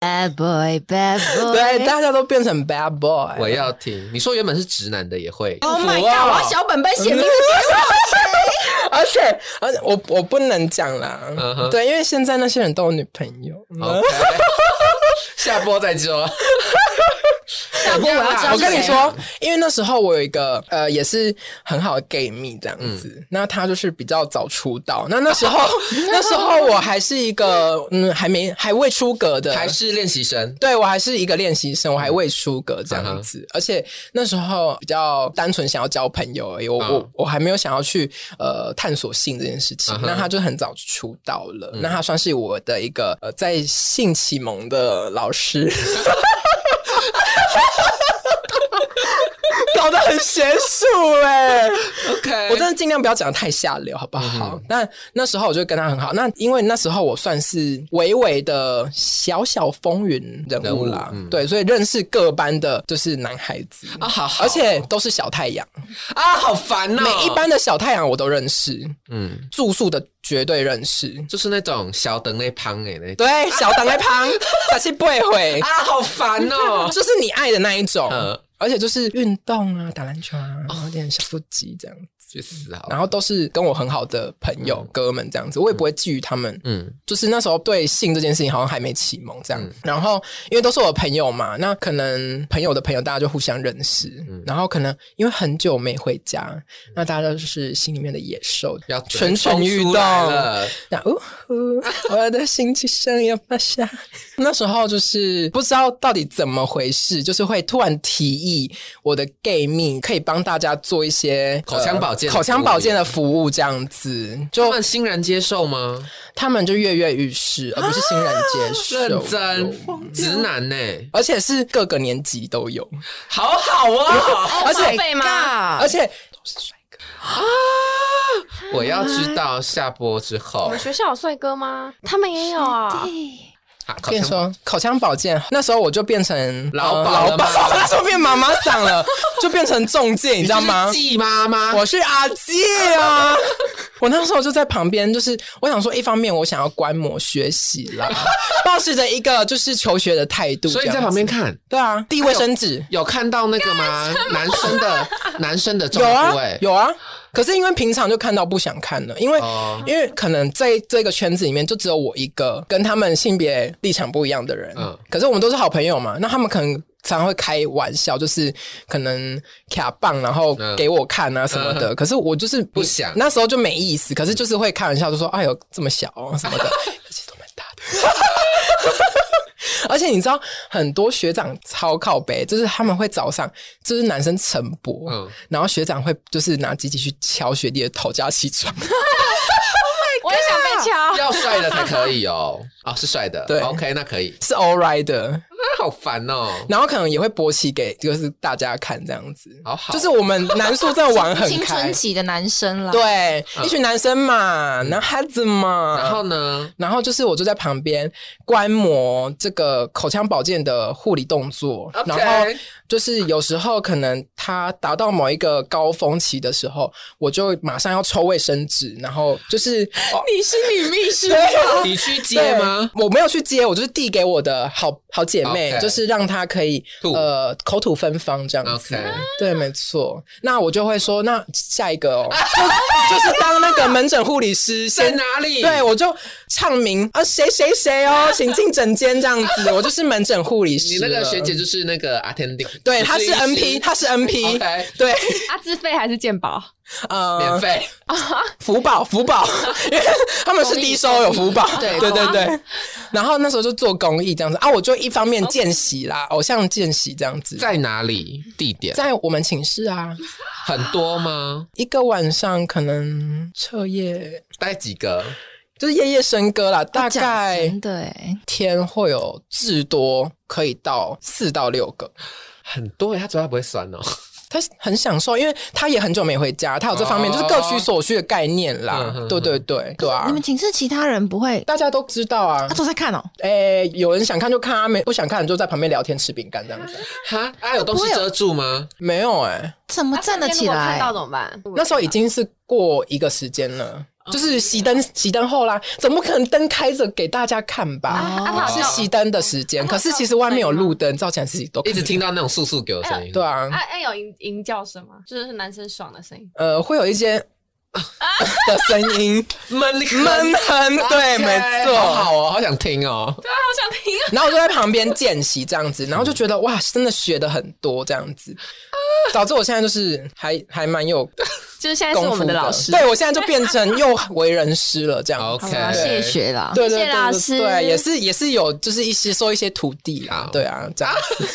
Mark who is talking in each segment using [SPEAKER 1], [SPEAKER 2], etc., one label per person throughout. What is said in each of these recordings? [SPEAKER 1] Bad boy, bad
[SPEAKER 2] 对，
[SPEAKER 1] boy。
[SPEAKER 2] 大家都变成 bad boy。
[SPEAKER 3] 我要听你说原本是直男的也会，
[SPEAKER 1] Oh my
[SPEAKER 2] 服
[SPEAKER 1] god！
[SPEAKER 2] 啊
[SPEAKER 1] 我要小本本写名字给我。
[SPEAKER 2] 而且而且我我不能讲啦
[SPEAKER 3] 嗯哼
[SPEAKER 2] 对，因为现在那些人都有女朋友。
[SPEAKER 3] OK，下播再说。
[SPEAKER 1] 下播我要知道
[SPEAKER 2] 我
[SPEAKER 1] 是谁
[SPEAKER 2] 跟你说，因为那时候我有一个呃，也是很好的 gay 蜜这样子，
[SPEAKER 3] 嗯
[SPEAKER 2] 那他就是比较早出道，那那时候那时候我还是一个嗯，还没还未出格的，
[SPEAKER 3] 还是练习生，
[SPEAKER 2] 对我还是一个练习生，我还未出格这样子，
[SPEAKER 3] 嗯
[SPEAKER 2] 而且那时候比较单纯想要交朋友而已，我、
[SPEAKER 3] 嗯
[SPEAKER 2] 我我还没有想要去呃探索性这件事情。
[SPEAKER 3] 嗯哼嗯
[SPEAKER 2] 那他就很早出道了，那他算是我的一个呃在性启蒙的老 师。搞得很学术哎、
[SPEAKER 3] OK，
[SPEAKER 2] 我真的尽量不要讲得太下流，好不
[SPEAKER 3] 嗯
[SPEAKER 2] 好？那、那时候我就跟他很好，那因为那时候我算是微微的小小风云人物啦，
[SPEAKER 3] 人物嗯
[SPEAKER 2] 对，所以认识各班的就是男孩子。
[SPEAKER 3] 啊好好
[SPEAKER 2] 而且都是小太阳，
[SPEAKER 3] 啊好烦呐、
[SPEAKER 2] 每一班的小太阳我都认识，
[SPEAKER 3] 嗯，
[SPEAKER 2] 住宿的绝对认识。
[SPEAKER 3] 就是那种小等那胖哎那
[SPEAKER 2] 对，小党在 旁，才是不会，
[SPEAKER 3] 啊好烦哦、
[SPEAKER 2] 就是你爱的那一种，
[SPEAKER 3] 嗯哦
[SPEAKER 2] 而且就是运动啊，打篮球啊，然后有点小腹肌这样子，
[SPEAKER 3] 去死好了，
[SPEAKER 2] 然后都是跟我很好的朋友、哥们这样子，我也不会觊觎他们，
[SPEAKER 3] 嗯
[SPEAKER 2] 就是那时候对性这件事情好像还没启蒙这样，然后因为都是我的朋友嘛，那可能朋友的朋友大家就互相认识，
[SPEAKER 3] 嗯
[SPEAKER 2] 然后可能因为很久没回家，那大家就是心里面的野兽
[SPEAKER 3] 要
[SPEAKER 2] 蠢蠢欲动
[SPEAKER 3] 冲出，来了
[SPEAKER 2] 那呜呼， 我的心情上要发下。那时候就是不知道到底怎么回事，就是会突然提议我的 gay 蜜可以帮大家做一些呃
[SPEAKER 3] 口腔保健
[SPEAKER 2] 口腔保健的服务这样子，
[SPEAKER 3] 他
[SPEAKER 2] 就
[SPEAKER 3] 们欣然接受吗？
[SPEAKER 2] 他们就跃跃欲试，而不是欣然接受。
[SPEAKER 3] 啊认真直男呢、
[SPEAKER 2] 而且是各个年级都有，
[SPEAKER 3] 好好啊！
[SPEAKER 1] Oh
[SPEAKER 2] 而且
[SPEAKER 1] my god！
[SPEAKER 2] 而且
[SPEAKER 3] 我要知道下播之
[SPEAKER 4] 我
[SPEAKER 3] 后
[SPEAKER 4] 们学校有帅哥吗？他们也有啊。
[SPEAKER 3] 啊，口
[SPEAKER 2] 跟你
[SPEAKER 3] 腔
[SPEAKER 2] 说，口腔保健那时候我就变成
[SPEAKER 3] 劳
[SPEAKER 2] 呃
[SPEAKER 3] 保
[SPEAKER 2] 老
[SPEAKER 3] 了
[SPEAKER 2] 保
[SPEAKER 3] 吗，
[SPEAKER 2] 那时候变妈妈嗓 了，就变成中介，你
[SPEAKER 3] 你
[SPEAKER 2] 知道吗
[SPEAKER 3] 就是？季妈妈，
[SPEAKER 2] 我是阿纪啊。我那时候就在旁边，就是我想说，一方面我想要观摩学习 啦，保持着一个就是求学的态度，
[SPEAKER 3] 所以你在旁边。看。
[SPEAKER 2] 对啊，递卫生纸
[SPEAKER 3] 有看到那个吗？男生的男生的照
[SPEAKER 2] 有啊
[SPEAKER 3] 顾哎，
[SPEAKER 2] 有啊，可是因为平常就看到不想看了，因为、
[SPEAKER 3] 哦
[SPEAKER 2] 因为可能在这个圈子里面就只有我一个跟他们性别立场不一样的人，
[SPEAKER 3] 嗯
[SPEAKER 2] 可是我们都是好朋友嘛，那他们可能。常常会开玩笑，就是可能卡棒，然后
[SPEAKER 3] 嗯
[SPEAKER 2] 给我看啊什么的。可是我就是
[SPEAKER 3] 不想
[SPEAKER 2] 那时候就没意思。可是就是会开玩笑，就说：“哎呦，这么小、哦、什么的， 其实都蛮大的。” 而且你知道，很多学长超靠北，就是他们会早上，就是男生晨勃，
[SPEAKER 3] 嗯
[SPEAKER 2] 然后学长会就是拿机器去敲学弟的头，叫他起床。
[SPEAKER 4] 我也想被敲。
[SPEAKER 3] 要帅的才可以哦。哦，是帅的，
[SPEAKER 2] 对
[SPEAKER 3] ，OK，那可以。
[SPEAKER 2] 是 all right 的，
[SPEAKER 3] 啊，好烦哦，
[SPEAKER 2] 然后可能也会勃起给就是大家看这样子，
[SPEAKER 3] 好好，
[SPEAKER 2] 就是我们男宿真的玩很
[SPEAKER 1] 青春
[SPEAKER 2] 开，
[SPEAKER 1] 期嗯的男生啦，
[SPEAKER 2] 对，一群男生嘛，男孩子嘛，
[SPEAKER 3] 然后呢？
[SPEAKER 2] 然后就是我就在旁边观摩这个口腔保健的护理动作
[SPEAKER 3] OK
[SPEAKER 2] 然后就是有时候可能他达到某一个高峰期的时候，我就马上要抽卫生纸，然后就是、哦、
[SPEAKER 1] 你是女密室
[SPEAKER 3] 你去接吗？
[SPEAKER 2] 对？我没有去接，我就是递给我的好好姐妹
[SPEAKER 3] OK
[SPEAKER 2] 就是让她可以
[SPEAKER 3] 吐
[SPEAKER 2] 呃口吐芬芳这样子。
[SPEAKER 3] OK
[SPEAKER 2] 对，没错。那我就会说，那下一个 哦，就就是当那个门诊护理师
[SPEAKER 3] 在
[SPEAKER 2] 先
[SPEAKER 3] 哪里？
[SPEAKER 2] 对，我就唱名啊，谁谁谁 哦，请进诊间这样子，我就是门诊护理师。
[SPEAKER 3] 你那个学姐，就是那个 attending，
[SPEAKER 2] 对，她是
[SPEAKER 3] 就医
[SPEAKER 2] NP，
[SPEAKER 3] 师
[SPEAKER 2] 她是 NP，
[SPEAKER 3] OK
[SPEAKER 2] 对，
[SPEAKER 4] 啊，自费还是健保？
[SPEAKER 3] 免
[SPEAKER 2] 呃，
[SPEAKER 3] 费。
[SPEAKER 2] 福保福 保，因为他们是低收有福保，
[SPEAKER 1] 对
[SPEAKER 2] 对对
[SPEAKER 1] 懂啊
[SPEAKER 2] 对。然后那时候就做公益这样子啊，我就一方面见习 啦，偶像见习这样子，
[SPEAKER 3] 在哪里？地点
[SPEAKER 2] 在我们寝室啊，
[SPEAKER 3] 很多吗？
[SPEAKER 2] 一个晚上可能彻夜。
[SPEAKER 3] 带几个？
[SPEAKER 2] 就是夜夜笙歌
[SPEAKER 3] 哦
[SPEAKER 2] 啦，大
[SPEAKER 1] 讲
[SPEAKER 2] 概
[SPEAKER 1] 真的哎，
[SPEAKER 2] 天会有至多可以到四到六个，
[SPEAKER 3] 很多耶，他嘴巴不会酸哦。
[SPEAKER 2] 他很享受，因为他也很久没回家，他有这方面、
[SPEAKER 3] 哦
[SPEAKER 2] 就是各取所需的概念啦
[SPEAKER 3] 嗯。哼
[SPEAKER 2] 对对对，对啊
[SPEAKER 1] 你，们寝室其他人不会，
[SPEAKER 2] 大家都知道啊
[SPEAKER 1] 他。都在看哦，
[SPEAKER 2] 哎、有人想看就看啊，没不想看就在旁边聊天吃饼干这样子。
[SPEAKER 3] 哈，啊，有东西遮住吗？
[SPEAKER 2] 没有哎、
[SPEAKER 1] 怎么站得起
[SPEAKER 4] 啊那今天如果看
[SPEAKER 1] 来？
[SPEAKER 4] 到怎么办？
[SPEAKER 2] 那时候已经是过一个时间了，
[SPEAKER 4] 哦
[SPEAKER 2] 就是熄灯熄灯后啦，怎么可能灯开着给大家看吧？
[SPEAKER 4] 啊，他好
[SPEAKER 2] 是
[SPEAKER 4] 像
[SPEAKER 2] 熄灯的时间，
[SPEAKER 4] 啊
[SPEAKER 2] 可是其实外面有路灯，照起来自己都看
[SPEAKER 3] 一直听到那种簌簌给我的声音。
[SPEAKER 2] 对，啊，
[SPEAKER 4] 哎哎有吟吟叫声吗？就是男生爽的声音。
[SPEAKER 2] 呃，会有一些 的声音，
[SPEAKER 3] 闷
[SPEAKER 2] 闷哼，
[SPEAKER 3] 哎
[SPEAKER 2] 对，没
[SPEAKER 3] 好
[SPEAKER 2] 错。
[SPEAKER 3] 好哦，好想听哦。
[SPEAKER 4] 啊，好想听啊！
[SPEAKER 2] 然后我就在旁边见习这样子，然后就觉得哇，真的学的很多这样子，
[SPEAKER 4] 啊
[SPEAKER 2] 导致我现在就是还还蛮有
[SPEAKER 4] 就是现在是
[SPEAKER 2] 功
[SPEAKER 4] 我
[SPEAKER 2] 夫
[SPEAKER 4] 们
[SPEAKER 2] 的
[SPEAKER 4] 的老师，
[SPEAKER 2] 对我现在就变成又为人师了这样。
[SPEAKER 1] 好
[SPEAKER 3] OK，
[SPEAKER 1] 啦，谢学啦。
[SPEAKER 2] 对对对
[SPEAKER 4] 谢谢老
[SPEAKER 2] 对
[SPEAKER 4] 师
[SPEAKER 2] 对，也是也是有，就是一些收一些徒弟啦
[SPEAKER 3] 好，
[SPEAKER 2] 对啊，这样子。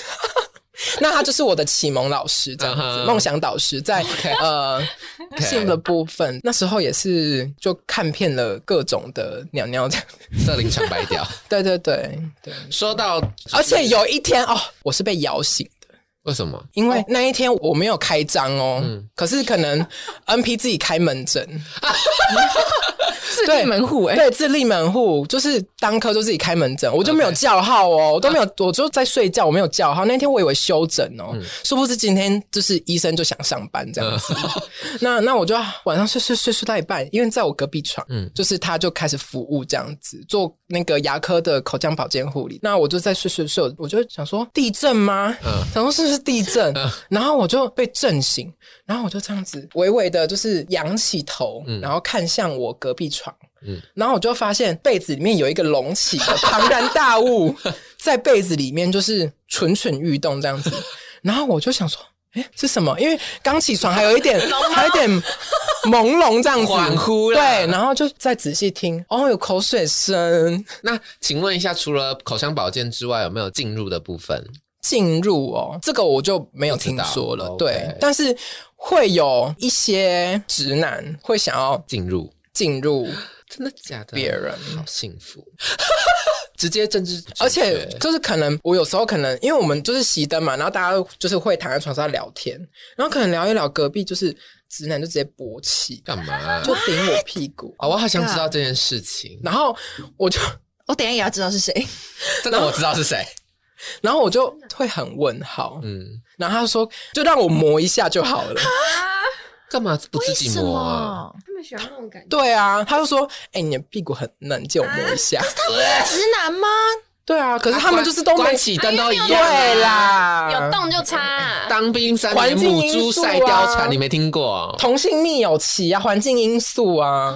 [SPEAKER 2] 那他就是我的启蒙老师，这样
[SPEAKER 3] 嗯
[SPEAKER 2] 子，
[SPEAKER 3] 哼
[SPEAKER 2] 梦想导师，在呃
[SPEAKER 3] OK
[SPEAKER 2] 性的部分，那时候也是就看遍了各种的鸟鸟这样，
[SPEAKER 3] 色林场白掉。
[SPEAKER 2] 对对对对，
[SPEAKER 3] 说 到，
[SPEAKER 2] 而且有一天哦，我是被摇醒的，
[SPEAKER 3] 为什么？
[SPEAKER 2] 因为那一天我没有开张哦，
[SPEAKER 3] 哦嗯
[SPEAKER 2] 可是可能 NP 自己开门诊，
[SPEAKER 1] 自
[SPEAKER 2] 对
[SPEAKER 1] 立门户哎，
[SPEAKER 2] 对，自立门户就是当科就自己开门诊，我就没有叫号哦，我都没有，我就在睡觉，我没有叫号。那天我以为休诊哦，殊不知今天就是医生就想上班这样子。 那那我就晚上睡睡睡睡到一半，因为在我隔壁床，
[SPEAKER 3] 嗯
[SPEAKER 2] 就是他就开始服务这样子，做那个牙科的口腔保健护理。那我就在睡睡睡，我就想说地震吗？
[SPEAKER 3] 嗯
[SPEAKER 2] 想说是不是地震
[SPEAKER 3] 嗯？
[SPEAKER 2] 然后我就被震醒，然后我就这样子微微的，就是仰起头
[SPEAKER 3] 嗯，
[SPEAKER 2] 然后看向我隔壁床。
[SPEAKER 3] 嗯
[SPEAKER 2] 然后我就发现被子里面有一个隆起的庞然大 物，在被子里面就是蠢蠢欲动这样子。然后我就想说，哎，是什么？因为刚起床还有一 点，还有一点朦胧这样子，
[SPEAKER 3] 恍惚
[SPEAKER 2] 对
[SPEAKER 3] 啦，
[SPEAKER 2] 然后就再仔细听，哦，有口水声
[SPEAKER 3] 那请问一下，除了口腔保健之外，有没有进入的部分？
[SPEAKER 2] 进入哦，这个我就没有听说了。
[SPEAKER 3] 不知道
[SPEAKER 2] 对
[SPEAKER 3] OK
[SPEAKER 2] 但是会有一些直男会想要
[SPEAKER 3] 进入，
[SPEAKER 2] 进入
[SPEAKER 3] 真的假的？
[SPEAKER 2] 别人。
[SPEAKER 3] 好幸 福，直接政治正确，
[SPEAKER 2] 而且就是可能我有时候可能因为我们就是熄灯嘛，然后大家就是会躺在床上聊天，然后可能聊一聊，隔壁就是直男就直接勃起，
[SPEAKER 3] 干嘛？
[SPEAKER 2] 就顶我屁股，
[SPEAKER 3] 哦，我好想知道这件事情。
[SPEAKER 2] 然后我就
[SPEAKER 1] 我等一下也要知道是谁。
[SPEAKER 3] 真的，我知道是谁。
[SPEAKER 2] 然后我就会很问号，
[SPEAKER 3] 嗯，
[SPEAKER 2] 然后他说就让我磨一下就 好了，
[SPEAKER 3] 干嘛不自己摸啊？
[SPEAKER 4] 他们喜欢那种感觉。
[SPEAKER 2] 对啊，他就说哎、你的屁股很嫩，借我摸一下，
[SPEAKER 1] 直男吗？
[SPEAKER 2] 对啊，可是他们就是都
[SPEAKER 3] 关
[SPEAKER 2] 没
[SPEAKER 3] 关起灯都一样啊。
[SPEAKER 2] 对啦，
[SPEAKER 4] 哎有动就擦啊、
[SPEAKER 3] 当兵三年，母猪赛貂蝉，你没听过？
[SPEAKER 2] 同性密友期啊，环境因素啊，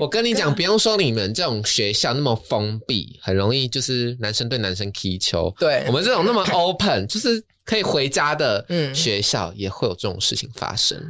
[SPEAKER 3] 我跟你讲，不用说你们这种学校那么封闭，很容易就是男生对男生踢球。
[SPEAKER 2] 对
[SPEAKER 3] 我们这种那么 open，就是 可以回家的
[SPEAKER 2] 嗯
[SPEAKER 3] 学校，也会有这种事情发生。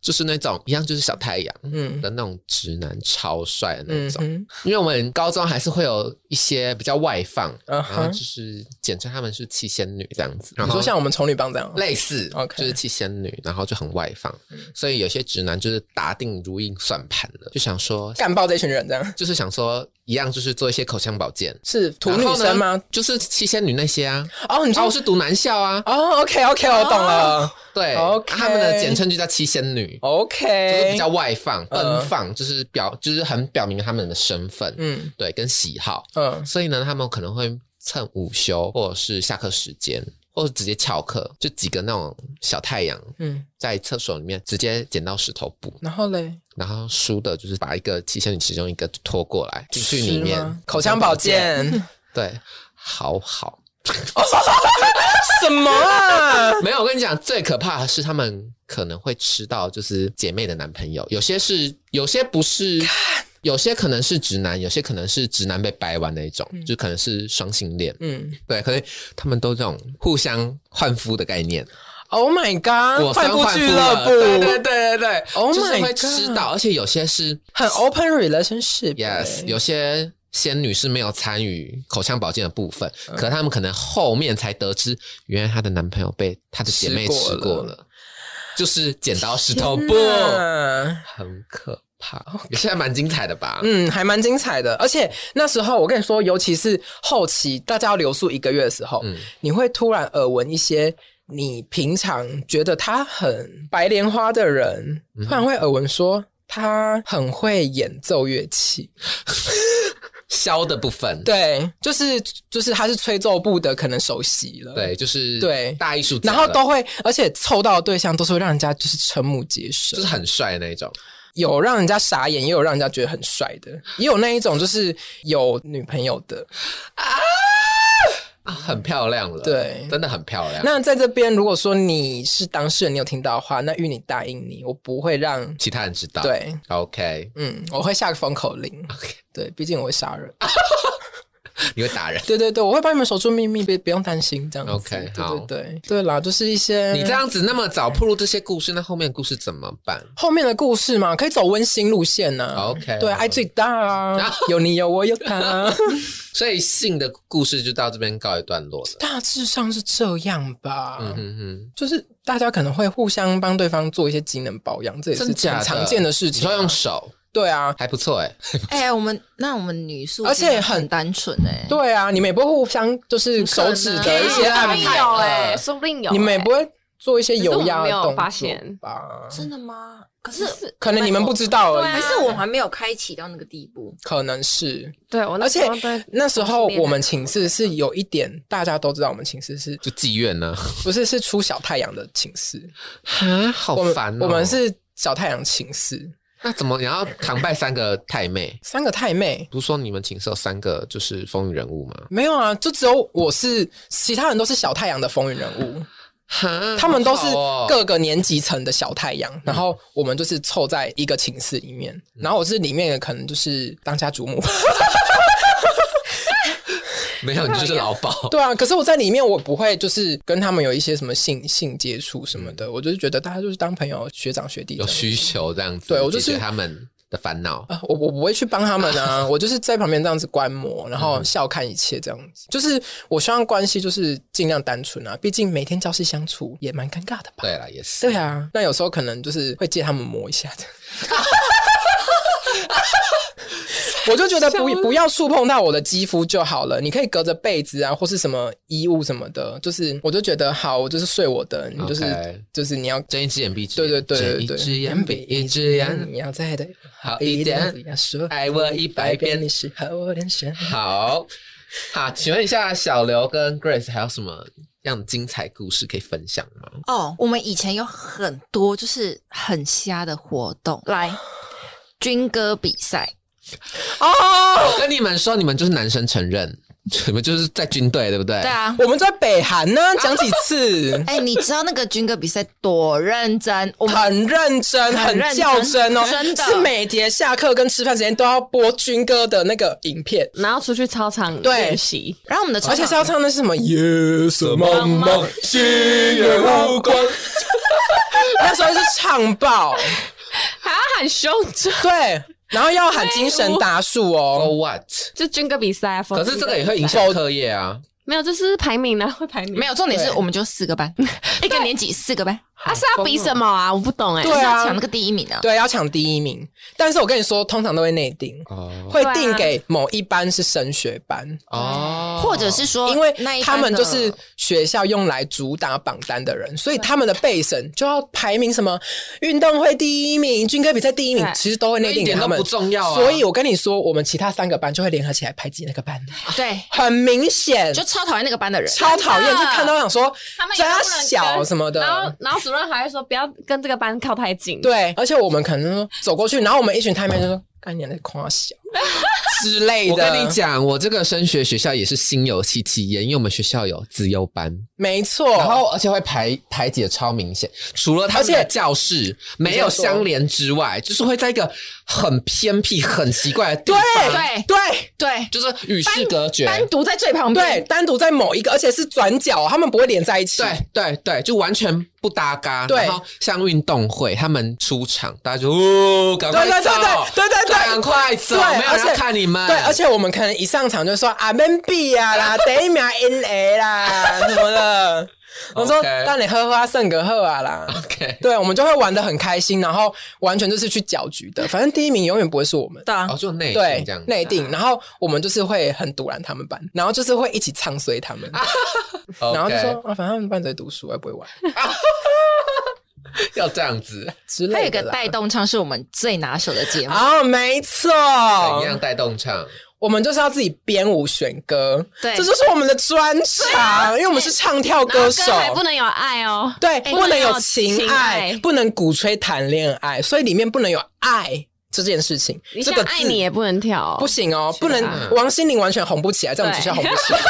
[SPEAKER 3] 就是那种一样，就是小太阳
[SPEAKER 2] 嗯
[SPEAKER 3] 的那种直男，超帅的那
[SPEAKER 2] 嗯
[SPEAKER 3] 种。
[SPEAKER 2] 哼
[SPEAKER 3] 因为我们高中还是会有一些比较外放，
[SPEAKER 2] 嗯
[SPEAKER 3] 然
[SPEAKER 2] 哼
[SPEAKER 3] 后就是简称他们是七仙女这样子。然
[SPEAKER 2] 你
[SPEAKER 3] 后
[SPEAKER 2] 说像我们丑女帮这样，啊
[SPEAKER 3] 类似
[SPEAKER 2] OK 嗯
[SPEAKER 3] 就是七仙女，然后就很外放，所以有些直男就是打定如意算盘了，就想说，
[SPEAKER 2] 干爆这群人这样，
[SPEAKER 3] 就是想说一样，就是做一些口腔保健。
[SPEAKER 2] 是土女生
[SPEAKER 3] 然后
[SPEAKER 2] 吗
[SPEAKER 3] 呢？？就是七仙女那些啊，
[SPEAKER 2] 哦，你
[SPEAKER 3] 啊，我
[SPEAKER 2] 说
[SPEAKER 3] 是读男校啊，
[SPEAKER 2] 哦，OK OK，我懂了
[SPEAKER 3] 对
[SPEAKER 2] OK
[SPEAKER 3] 他们的简称就叫七仙女，就是
[SPEAKER 2] ，OK，
[SPEAKER 3] 比较外放、
[SPEAKER 2] 嗯
[SPEAKER 3] 奔放，就是表，就是很表明他们的身份，
[SPEAKER 2] 嗯
[SPEAKER 3] 对，跟喜好。
[SPEAKER 2] 嗯
[SPEAKER 3] 所以呢，他们可能会趁午休或者是下课时间，或者直接翘课，就几个那种小太阳
[SPEAKER 2] 嗯，
[SPEAKER 3] 在厕所里面直接剪刀石头布，
[SPEAKER 2] 然后嘞，
[SPEAKER 3] 然后输的就是把一个七仙女其中一个拖过来进去里
[SPEAKER 2] 吃
[SPEAKER 3] 面
[SPEAKER 2] 吗口腔保，健，
[SPEAKER 3] 对，好好。
[SPEAKER 2] 什么啊？
[SPEAKER 3] 没有，我跟你讲，最可怕的是他们可能会吃到就是姐妹的男朋友，有些是，有些不是。有些可能是直男，有些可能是直男被掰弯那一种，就可能是双性恋。
[SPEAKER 2] 嗯
[SPEAKER 3] 对，可能他们都这种互相换夫的概念，
[SPEAKER 2] ，Oh my
[SPEAKER 3] 我
[SPEAKER 2] God，换
[SPEAKER 3] 翻
[SPEAKER 2] 夫
[SPEAKER 3] 换夫
[SPEAKER 2] 俱
[SPEAKER 3] 了
[SPEAKER 2] 乐
[SPEAKER 3] 对对
[SPEAKER 2] 部
[SPEAKER 3] 对对对
[SPEAKER 2] ，Oh
[SPEAKER 3] 就是会
[SPEAKER 2] my
[SPEAKER 3] 吃
[SPEAKER 2] God，
[SPEAKER 3] 到，而且有些是
[SPEAKER 2] 很 open relationship，
[SPEAKER 3] yes，
[SPEAKER 2] 欸
[SPEAKER 3] 有些仙女是没有参与口腔保健的部分，
[SPEAKER 2] 嗯
[SPEAKER 3] 可她们可能后面才得知，原来她的男朋友被她的姐妹
[SPEAKER 2] 吃过
[SPEAKER 3] 吃
[SPEAKER 2] 了
[SPEAKER 3] 过了，就是剪刀石
[SPEAKER 2] 嗯
[SPEAKER 3] 头布，
[SPEAKER 2] 那
[SPEAKER 3] 很可怕。有些还蛮精彩的吧？
[SPEAKER 2] 嗯，还蛮精彩的。而且那时候我跟你说，尤其是后期大家要留宿一个月的时候，
[SPEAKER 3] 嗯
[SPEAKER 2] 你会突然耳闻一些你平常觉得他很白莲花的人，突然会耳闻说他很会演奏乐器。
[SPEAKER 3] 箫的部分，
[SPEAKER 2] 对，就是就是他是吹奏部的可能首席了。
[SPEAKER 3] 对，。就是
[SPEAKER 2] 对
[SPEAKER 3] 大艺术家
[SPEAKER 2] 然
[SPEAKER 3] 了，
[SPEAKER 2] 后都会，而且凑到的对象都是会让人家就是瞠目结舌
[SPEAKER 3] 就是，很帅的那一种，
[SPEAKER 2] 有让人家傻眼，也有让人家觉得很帅的，也有那一种就是有女朋友的。
[SPEAKER 3] 啊，很漂亮了，
[SPEAKER 2] 嗯对
[SPEAKER 3] 真的很漂亮。
[SPEAKER 2] 那在这边，如果说你是当事人，你有听到的话，那玉你答应你，我不会让。
[SPEAKER 3] 其他人知道，
[SPEAKER 2] 对，
[SPEAKER 3] ，OK，
[SPEAKER 2] 嗯，我会下个封口令。对，毕竟我会杀人。
[SPEAKER 3] 你会打人。
[SPEAKER 2] 对对对，我会帮你们守住秘密，别不用担心这样子。
[SPEAKER 3] OK，
[SPEAKER 2] 对
[SPEAKER 3] 好
[SPEAKER 2] 对对对啦，就是一些
[SPEAKER 3] 你这样子那么早铺入这些故事，那后面的故事怎么办？
[SPEAKER 2] 后面的故事嘛，可以走温馨路线呢、
[SPEAKER 3] OK
[SPEAKER 2] 嗯对，爱最大 啊，有你有我有他，
[SPEAKER 3] 所以性的故事就到这边告一段落了。
[SPEAKER 2] 大致上是这样吧。
[SPEAKER 3] 嗯哼哼，
[SPEAKER 2] 就是大家可能会互相帮对方做一些机能保养，这也是
[SPEAKER 3] 真假
[SPEAKER 2] 很
[SPEAKER 3] 的
[SPEAKER 2] 常见的事
[SPEAKER 3] 你
[SPEAKER 2] 情
[SPEAKER 3] 说
[SPEAKER 2] 啊、
[SPEAKER 3] 用手
[SPEAKER 2] 对啊，
[SPEAKER 3] 还不错 哎，
[SPEAKER 1] 哎、我们那我们女宿
[SPEAKER 2] 而且
[SPEAKER 1] 真的
[SPEAKER 2] 很
[SPEAKER 1] 很单纯哎、
[SPEAKER 2] 对啊，你们也不会互相就是
[SPEAKER 1] 不可
[SPEAKER 2] 手
[SPEAKER 1] 能
[SPEAKER 2] 指
[SPEAKER 1] 有
[SPEAKER 2] 的一
[SPEAKER 1] 一
[SPEAKER 2] 些
[SPEAKER 1] 些
[SPEAKER 2] 按
[SPEAKER 1] 暗
[SPEAKER 2] 摩，
[SPEAKER 1] 排
[SPEAKER 4] 有哎，说不定有欸。
[SPEAKER 2] 你们也不会做一些有压的
[SPEAKER 4] 可是我们没
[SPEAKER 2] 动
[SPEAKER 4] 有发现
[SPEAKER 2] 作吧？
[SPEAKER 1] 真的吗？可是
[SPEAKER 4] 是
[SPEAKER 2] 可能你们不知道而
[SPEAKER 4] 对
[SPEAKER 2] 已，
[SPEAKER 4] 啊
[SPEAKER 1] 还是我还没有开启到那个地步。
[SPEAKER 2] 可能是。
[SPEAKER 4] 对我那
[SPEAKER 2] 而
[SPEAKER 4] 时
[SPEAKER 2] 且
[SPEAKER 4] 候在，
[SPEAKER 2] 那时候我们寝室是有一点，大家都知道我们寝室是
[SPEAKER 3] 就妓院呢？
[SPEAKER 2] 不是是出小太阳的寝室？
[SPEAKER 3] 啊，好
[SPEAKER 2] 我们
[SPEAKER 3] 烦哦！
[SPEAKER 2] 我们是小太阳寝室，
[SPEAKER 3] 那怎么你要扛拜三个太妹？
[SPEAKER 2] 三个太妹
[SPEAKER 3] 不是说你们寝室有三个就是风云人物吗？
[SPEAKER 2] 没有啊，就只有我是，其他人都是小太阳的风云人物，
[SPEAKER 3] 哈，
[SPEAKER 2] 他们都是
[SPEAKER 3] 好好哦嗯
[SPEAKER 2] 各个年级层的小太阳，然后我们就是凑在一个寝室里面，然后我是里面的可能就是当家主母，
[SPEAKER 3] 没有，你就是老鸨。
[SPEAKER 2] 对啊，可是我在里面我不会就是跟他们有一些什么性性接触什么的，我就是觉得大家就是当朋友，学长学弟这
[SPEAKER 3] 嗯有
[SPEAKER 2] 样子
[SPEAKER 3] 需求这样子，
[SPEAKER 2] 对我就是
[SPEAKER 3] 解决他们的烦恼。
[SPEAKER 2] 啊，我我不会去帮他们 啊，我就是在旁边这样子观摩，然后笑看一切这样子。就是我希望关系就是尽量单纯啊，毕竟每天朝夕相处也蛮尴尬的吧。
[SPEAKER 3] 对了，也是。
[SPEAKER 2] 对啊，那有时候可能就是会借他们磨一下 的。我就觉得不不要触碰到我的肌肤就好了，你可以隔着被子啊，或是什么衣物什么的，就是我就觉得好，我就是睡我的，你就是
[SPEAKER 3] OK
[SPEAKER 2] 就是你要
[SPEAKER 3] 睁一只眼闭一只
[SPEAKER 2] 对
[SPEAKER 3] 眼，
[SPEAKER 2] 对对对对，
[SPEAKER 3] 睁一只眼闭一只眼，
[SPEAKER 2] 你要在的
[SPEAKER 3] 好啊一点
[SPEAKER 2] 不要说
[SPEAKER 3] 爱我一百遍
[SPEAKER 2] 你是和我连线。
[SPEAKER 3] 好好，请问一下，小刘跟 Grace 还有什么样的精彩故事可以分享吗？
[SPEAKER 1] 哦，我们以前有很多就是很瞎的活动，来军歌比赛，哦
[SPEAKER 3] 我跟你们说，你们就是男生承认， 你们就是在军队，对不对？
[SPEAKER 1] 对。啊。，
[SPEAKER 2] 我们在北韩呢，讲几次
[SPEAKER 1] 哎、你知道那个军歌比赛多认真？我们
[SPEAKER 2] 很认真，
[SPEAKER 1] 很
[SPEAKER 2] 很
[SPEAKER 1] 认真
[SPEAKER 2] 较真哦，
[SPEAKER 1] 真的
[SPEAKER 2] 是每节下课跟吃饭时间都要播军歌的那个影片。
[SPEAKER 4] 然后出去操场
[SPEAKER 2] 对
[SPEAKER 4] 练习，
[SPEAKER 1] 然后我们的操
[SPEAKER 2] 而且是要
[SPEAKER 1] 场，
[SPEAKER 2] 唱的是什么？夜色茫茫，星月无光。那时候是唱爆，
[SPEAKER 4] 还要喊胸针，
[SPEAKER 2] 对，然后要喊精神达数哦。
[SPEAKER 3] For what？
[SPEAKER 4] 就军歌比赛啊。
[SPEAKER 3] 可是这个也会影响课业啊。
[SPEAKER 4] 没有，就是排名啊 呢，会排名。
[SPEAKER 1] 没有重点是
[SPEAKER 2] 对
[SPEAKER 1] 我们就四个班， 一个年级四个班，
[SPEAKER 4] 啊，是要比什么啊？我不懂哎。
[SPEAKER 2] 哦对
[SPEAKER 1] 就是
[SPEAKER 2] 啊
[SPEAKER 1] 要抢那个第一名啊。
[SPEAKER 2] 对，要抢第一名。但是我跟你说，通常都会内定，
[SPEAKER 3] 哦
[SPEAKER 2] 会
[SPEAKER 4] 对啊
[SPEAKER 2] 定给某一班是升学班，
[SPEAKER 3] 哦，
[SPEAKER 1] 或者是说，
[SPEAKER 2] 因为
[SPEAKER 1] 那一
[SPEAKER 2] 他
[SPEAKER 1] 班
[SPEAKER 2] 们就
[SPEAKER 1] 的
[SPEAKER 2] 是学校用来主打榜单的人，所以他们的备审就要排名什么运动会第一名、军歌比赛第一名，
[SPEAKER 4] 对
[SPEAKER 2] 其实都会内定给他
[SPEAKER 3] 那一点
[SPEAKER 2] 们，
[SPEAKER 3] 都不重要啊
[SPEAKER 2] 所以我跟你说，我们其他三个班就会联合起来排挤那个班，
[SPEAKER 1] 对，
[SPEAKER 2] 很明显，
[SPEAKER 1] 就超讨厌那个班的人。
[SPEAKER 2] 超讨厌，
[SPEAKER 4] 真
[SPEAKER 2] 就
[SPEAKER 4] 的
[SPEAKER 2] 看到想说
[SPEAKER 4] 他们也
[SPEAKER 2] 加
[SPEAKER 4] 都不能
[SPEAKER 2] 小
[SPEAKER 4] 跟
[SPEAKER 2] 什么
[SPEAKER 4] 然后
[SPEAKER 2] 的。，
[SPEAKER 4] 然后主任还会说不要跟这个班靠太近。，
[SPEAKER 2] 对，而且我们可能说走过去，然后我们一群太妹就说：“干你娘在夸小之类的。”
[SPEAKER 3] 我跟你，讲，我这个升学学校也是心有戚戚焉，因为我们学校有资优班，
[SPEAKER 2] 没错。
[SPEAKER 3] 然后而且会排排挤的超明显，哦除了他们
[SPEAKER 2] 而
[SPEAKER 3] 的
[SPEAKER 2] 且
[SPEAKER 3] 教室没有相连之外，就是会在一个很偏僻、很奇怪的地
[SPEAKER 2] 对
[SPEAKER 3] 方，
[SPEAKER 2] 对对，
[SPEAKER 1] 对，
[SPEAKER 3] 就是与世隔绝。
[SPEAKER 1] 单独在最旁
[SPEAKER 2] 对，
[SPEAKER 1] 边。
[SPEAKER 2] 单独在某一个，而且是转角，他们不会连在一起。
[SPEAKER 3] 对对对，就完全不搭嘎。
[SPEAKER 2] 对
[SPEAKER 3] 然后像运动会，他们出场，大家就哦，赶快
[SPEAKER 2] 对对
[SPEAKER 3] 走，
[SPEAKER 2] 对对对对对
[SPEAKER 3] 赶快走，
[SPEAKER 2] 对
[SPEAKER 3] 没有人
[SPEAKER 2] 而且
[SPEAKER 3] 要看你们。
[SPEAKER 2] 对，而且我们可能一上场就说啊 m B 啊 啦，第一名 N A 啦什么的。我说
[SPEAKER 3] OK
[SPEAKER 2] 让你喝花圣格赫啊啦。
[SPEAKER 3] OK，
[SPEAKER 2] 对，我们就会玩的很开心，然后完全就是去搅局的，反正第一名永远不会是我们。
[SPEAKER 1] 对啊
[SPEAKER 3] 哦，就内
[SPEAKER 2] 对
[SPEAKER 3] 定这样，子。
[SPEAKER 2] 内定，然后我们就是会很堵拦他们班，然后就是会一起唱衰他们，然后就
[SPEAKER 3] 啊 OK，
[SPEAKER 2] 说啊，反正他们班只会读书，也不会玩
[SPEAKER 3] 要这样子，
[SPEAKER 2] 之
[SPEAKER 1] 还有
[SPEAKER 2] 类
[SPEAKER 1] 一
[SPEAKER 2] 的
[SPEAKER 1] 个啊
[SPEAKER 2] 啦。
[SPEAKER 1] 带动唱是我们最拿手的节目，
[SPEAKER 2] 哦，没错，
[SPEAKER 3] 怎样带动唱？
[SPEAKER 2] 我们就是要自己编舞选歌，
[SPEAKER 4] 对
[SPEAKER 2] 这就是我们的专长，因为我们是唱跳歌手
[SPEAKER 4] 然，后还不能有爱哦，
[SPEAKER 2] 对，
[SPEAKER 4] 哎
[SPEAKER 2] 不能有
[SPEAKER 4] 有
[SPEAKER 2] 情
[SPEAKER 4] 情
[SPEAKER 2] 爱
[SPEAKER 4] 爱，
[SPEAKER 2] 不能鼓吹谈恋爱，所以里面不能有爱这件事情。
[SPEAKER 4] 你
[SPEAKER 2] 这
[SPEAKER 4] 像
[SPEAKER 2] 个
[SPEAKER 4] 爱
[SPEAKER 2] 字
[SPEAKER 4] 你也不能跳、哦，
[SPEAKER 2] 不行哦，不
[SPEAKER 3] 啊
[SPEAKER 2] 能王心凌完全红不起来，在我们学校红不起来。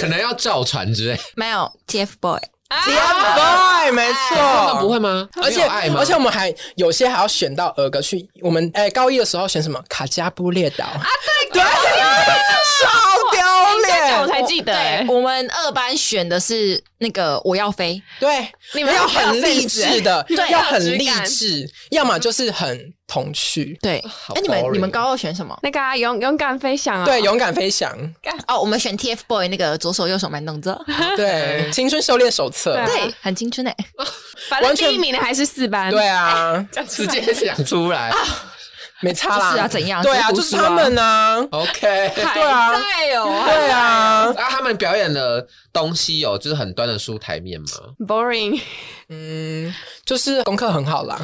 [SPEAKER 3] 可能要造船之类。
[SPEAKER 1] 没有 TFBOY，
[SPEAKER 4] 啊
[SPEAKER 2] TFBOY 哎没
[SPEAKER 3] 他们不
[SPEAKER 2] 错。
[SPEAKER 3] 会吗？
[SPEAKER 2] 哦而且
[SPEAKER 3] 哎没有爱吗？
[SPEAKER 2] 而且我们还有些还要选到儿歌去，我们哎、高一的时候选什么卡加布列岛啊，对对，超丢
[SPEAKER 4] 哎我
[SPEAKER 2] 脸，
[SPEAKER 4] 才记得、哎
[SPEAKER 1] 我们二班选的是那个我要飞，
[SPEAKER 2] 对，
[SPEAKER 4] 你们
[SPEAKER 2] 要
[SPEAKER 4] 很有
[SPEAKER 2] 很励
[SPEAKER 4] sense
[SPEAKER 2] 志的，
[SPEAKER 4] 对
[SPEAKER 2] 要
[SPEAKER 4] 很有
[SPEAKER 2] 很
[SPEAKER 4] 质
[SPEAKER 2] 励
[SPEAKER 4] 感
[SPEAKER 2] 志，要么就是很童趣，
[SPEAKER 1] 对，
[SPEAKER 3] 好
[SPEAKER 1] 哎，你们
[SPEAKER 3] boring
[SPEAKER 1] 你们高二选什么？
[SPEAKER 4] 那个、啊、勇勇敢飞翔啊，
[SPEAKER 2] 对，勇敢飞翔，
[SPEAKER 1] 哦，我们选 TFBOY 那个左手右手慢 动作，
[SPEAKER 2] 对，青春修炼手册，
[SPEAKER 4] 对啊
[SPEAKER 1] 对，很青春哎，
[SPEAKER 4] 反正
[SPEAKER 2] 完全
[SPEAKER 4] 第一名的还是四班，
[SPEAKER 2] 对，啊，
[SPEAKER 3] 直接讲 出来。
[SPEAKER 2] 没差啦，
[SPEAKER 1] 就是啊怎样
[SPEAKER 2] 对啊，
[SPEAKER 1] 就
[SPEAKER 2] 就是是
[SPEAKER 1] 读书啊
[SPEAKER 2] 他们啊，
[SPEAKER 3] OK，
[SPEAKER 2] 对啊
[SPEAKER 4] 还
[SPEAKER 1] 哎
[SPEAKER 4] 在哦
[SPEAKER 2] 对啊，
[SPEAKER 3] 啊，他们表演的东西有就是很端得出台面吗？
[SPEAKER 4] ，boring，
[SPEAKER 2] 嗯，就是功课很好啦，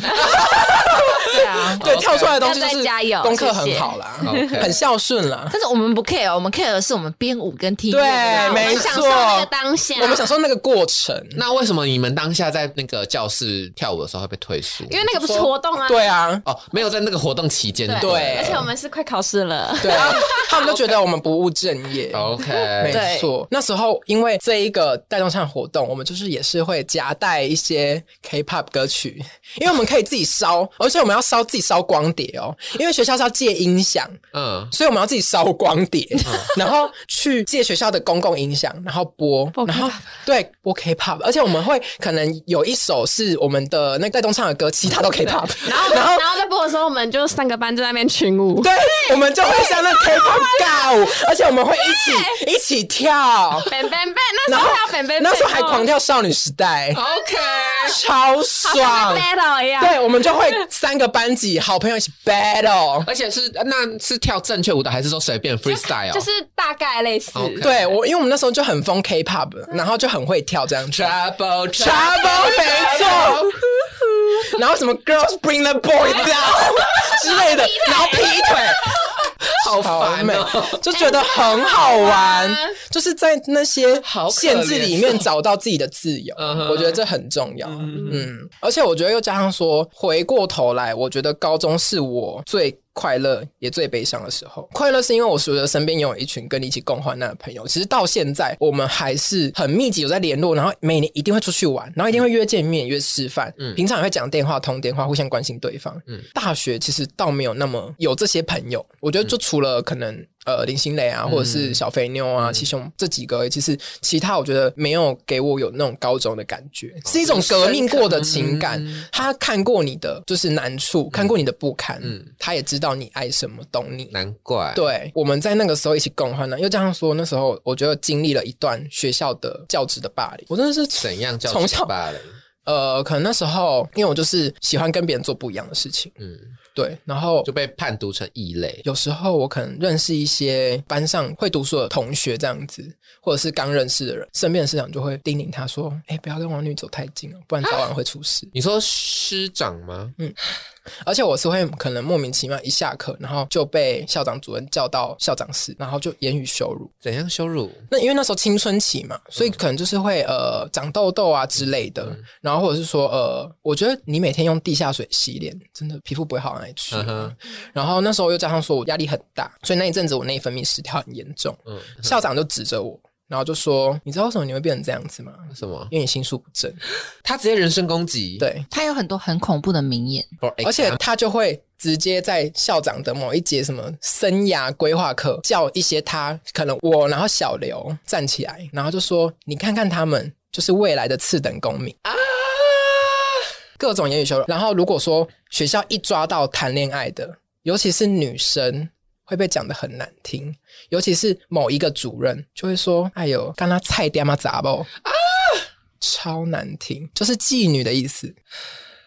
[SPEAKER 1] 对啊，
[SPEAKER 2] 对，
[SPEAKER 3] OK
[SPEAKER 2] 跳出来的东西就
[SPEAKER 1] 要再
[SPEAKER 2] 是
[SPEAKER 1] 加油
[SPEAKER 2] 功课
[SPEAKER 1] 谢
[SPEAKER 2] 很
[SPEAKER 1] 谢
[SPEAKER 2] 好啦
[SPEAKER 3] OK
[SPEAKER 2] 很孝顺啦。
[SPEAKER 1] 但是我们不 care，我们 care 的是我们编舞跟听音乐
[SPEAKER 2] 对
[SPEAKER 1] 的
[SPEAKER 2] 没
[SPEAKER 4] 我们享受那个当
[SPEAKER 1] 啊
[SPEAKER 4] 下，
[SPEAKER 2] 我们享受那个过程，
[SPEAKER 3] 那为什么你们当下在那个教室跳舞的时候会被退缩？
[SPEAKER 4] 因为那个不是活动啊，
[SPEAKER 2] 对啊，
[SPEAKER 3] 哦，没有在那个活动期间。
[SPEAKER 2] 对啊
[SPEAKER 4] 而且我们是快考试了，
[SPEAKER 2] 对 啊，他们都觉得我们不务正业。
[SPEAKER 3] OK，
[SPEAKER 2] 没错，那时候因为这一个带动唱活动，我们就是也是会夹带一些 K-pop 歌曲，因为我们可以自己烧，而且我们要烧自己烧光碟哦，因为学校是要借音响，
[SPEAKER 3] 嗯，
[SPEAKER 2] 所以我们要自己烧光碟， 然后去借学校的公共音响，然后播，然后对播 K-pop，而且我们会可能有一首是我们的那个带动唱的歌，其他都 K-pop，然后然后
[SPEAKER 4] 然后在播的时候，我们就三个班就在那边群舞，
[SPEAKER 2] 对，我们就会像那 K-pop 尬舞，而且我们会一起一起 跳，
[SPEAKER 4] 本本本，那时候还有本本，
[SPEAKER 2] 那时候还狂跳少女时代，OK，超 爽。
[SPEAKER 4] battle 一样，
[SPEAKER 2] 对，我们就会三个班级好朋友一起 battle。
[SPEAKER 3] 而且是那是跳正确舞蹈，还是说随便 freestyle？
[SPEAKER 4] 就是大概类似，
[SPEAKER 3] OK
[SPEAKER 2] 对我，因为我们那时候就很疯 K-pop，然后就很会跳这样子。
[SPEAKER 3] trouble
[SPEAKER 2] Trouble 没错， 然后什么 Girls Bring the Boys Down 之类的，然后劈腿，好
[SPEAKER 3] 烦
[SPEAKER 2] 美
[SPEAKER 3] 哦，
[SPEAKER 2] 就觉得很好玩，就是在那些
[SPEAKER 3] 好可
[SPEAKER 2] 限制里
[SPEAKER 3] 怜
[SPEAKER 2] 面
[SPEAKER 3] 哦
[SPEAKER 2] 找到自己的自由
[SPEAKER 3] 嗯哼，
[SPEAKER 2] 我觉得这很重要。嗯，而且我觉得又加上说，回过头来，我觉得高中是我最。快乐也最悲伤的时候，快乐是因为我觉得身边有一群跟你一起共患难的朋友。其实到现在，我们还是很密集有在联络，然后每年一定会出去玩，然后一定会约见面、约吃饭，
[SPEAKER 3] 嗯
[SPEAKER 2] 平常也会讲电话、通电话，互相关心对方。
[SPEAKER 3] 嗯
[SPEAKER 2] 大学其实倒没有那么有这些朋友，我觉得就除了可能呃林心蕾啊，或者是小肥妞啊、七兄这几个而已，其实其他我觉得没有给我有那种高中的感觉，哦是一种革命过的情感。
[SPEAKER 3] 嗯
[SPEAKER 2] 他看过你的就是难处，看过你的不堪，
[SPEAKER 3] 嗯
[SPEAKER 2] 他也知道你爱什么，懂你。
[SPEAKER 3] 难怪。
[SPEAKER 2] 对，我们在那个时候一起共患难，又加上说那时候我觉得经历了一段学校的教职的霸凌，我真的是
[SPEAKER 3] 怎样叫
[SPEAKER 2] 从小
[SPEAKER 3] 霸凌？
[SPEAKER 2] 呃，可能那时候因为我就是喜欢跟别人做不一样的事情，
[SPEAKER 3] 嗯，
[SPEAKER 2] 对，然后
[SPEAKER 3] 就被判读成异类。
[SPEAKER 2] 有时候我可能认识一些班上会读书的同学这样子，或者是刚认识的人，身边的师长就会叮咛他说：“哎、不要跟王女走太近了，哦不然早晚会出事。
[SPEAKER 3] 你说师长吗？
[SPEAKER 2] 而且我是会可能莫名其妙一下课，然后就被校长主任叫到校长室，然后就言语羞辱。
[SPEAKER 3] 怎样羞辱？
[SPEAKER 2] 那因为那时候青春期嘛，所以可能就是会呃长痘痘啊之类的，
[SPEAKER 3] 嗯
[SPEAKER 2] 然后或者是说呃，我觉得你每天用地下水洗脸，真的皮肤不会好到哪里去啊、
[SPEAKER 3] 嗯哼
[SPEAKER 2] 然后那时候又加上说我压力很大，所以那一阵子我内分泌失调很严重，
[SPEAKER 3] 嗯，
[SPEAKER 2] 校长就指着我，然后就说：“你知道为什么你会变成这样子吗？
[SPEAKER 3] 什么？
[SPEAKER 2] 因为你心术不正。
[SPEAKER 3] 嗯他直接人身攻击。”
[SPEAKER 2] 对，
[SPEAKER 1] 他有很多很恐怖的名言，
[SPEAKER 3] For
[SPEAKER 2] 而且
[SPEAKER 3] example
[SPEAKER 2] 他就会直接在校长的某一节什么生涯规划课叫一些他可能我，然后小刘站起来，然后就说：“你看看他们，就是未来的次等公民啊！”各种言语羞辱。然后如果说学校一抓到谈恋爱的，尤其是女生。会被讲的很难听，尤其是某一个主任就会说：“哎呦，刚他菜爹嘛杂不啊，超难听，就是妓女的意思，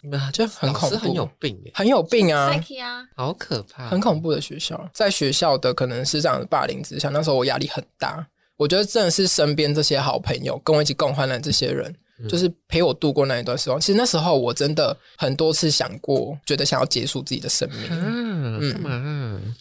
[SPEAKER 3] 你们
[SPEAKER 2] 就很
[SPEAKER 3] 老
[SPEAKER 2] 恐
[SPEAKER 3] 师
[SPEAKER 2] 怖，
[SPEAKER 3] 很有病哎，
[SPEAKER 2] 很有病啊！
[SPEAKER 4] Psyche 啊，
[SPEAKER 3] 好可怕，
[SPEAKER 2] 很恐怖的学校，在学校的可能师长的霸凌之下，那时候我压力很大。我觉得真的是身边这些好朋友跟我一起共患难这些人，就是陪我度过那一段时光。其实那时候我真的很多次想过，觉得想要结束自己的生命，
[SPEAKER 3] 啊，
[SPEAKER 2] 嗯
[SPEAKER 3] 干嘛啊？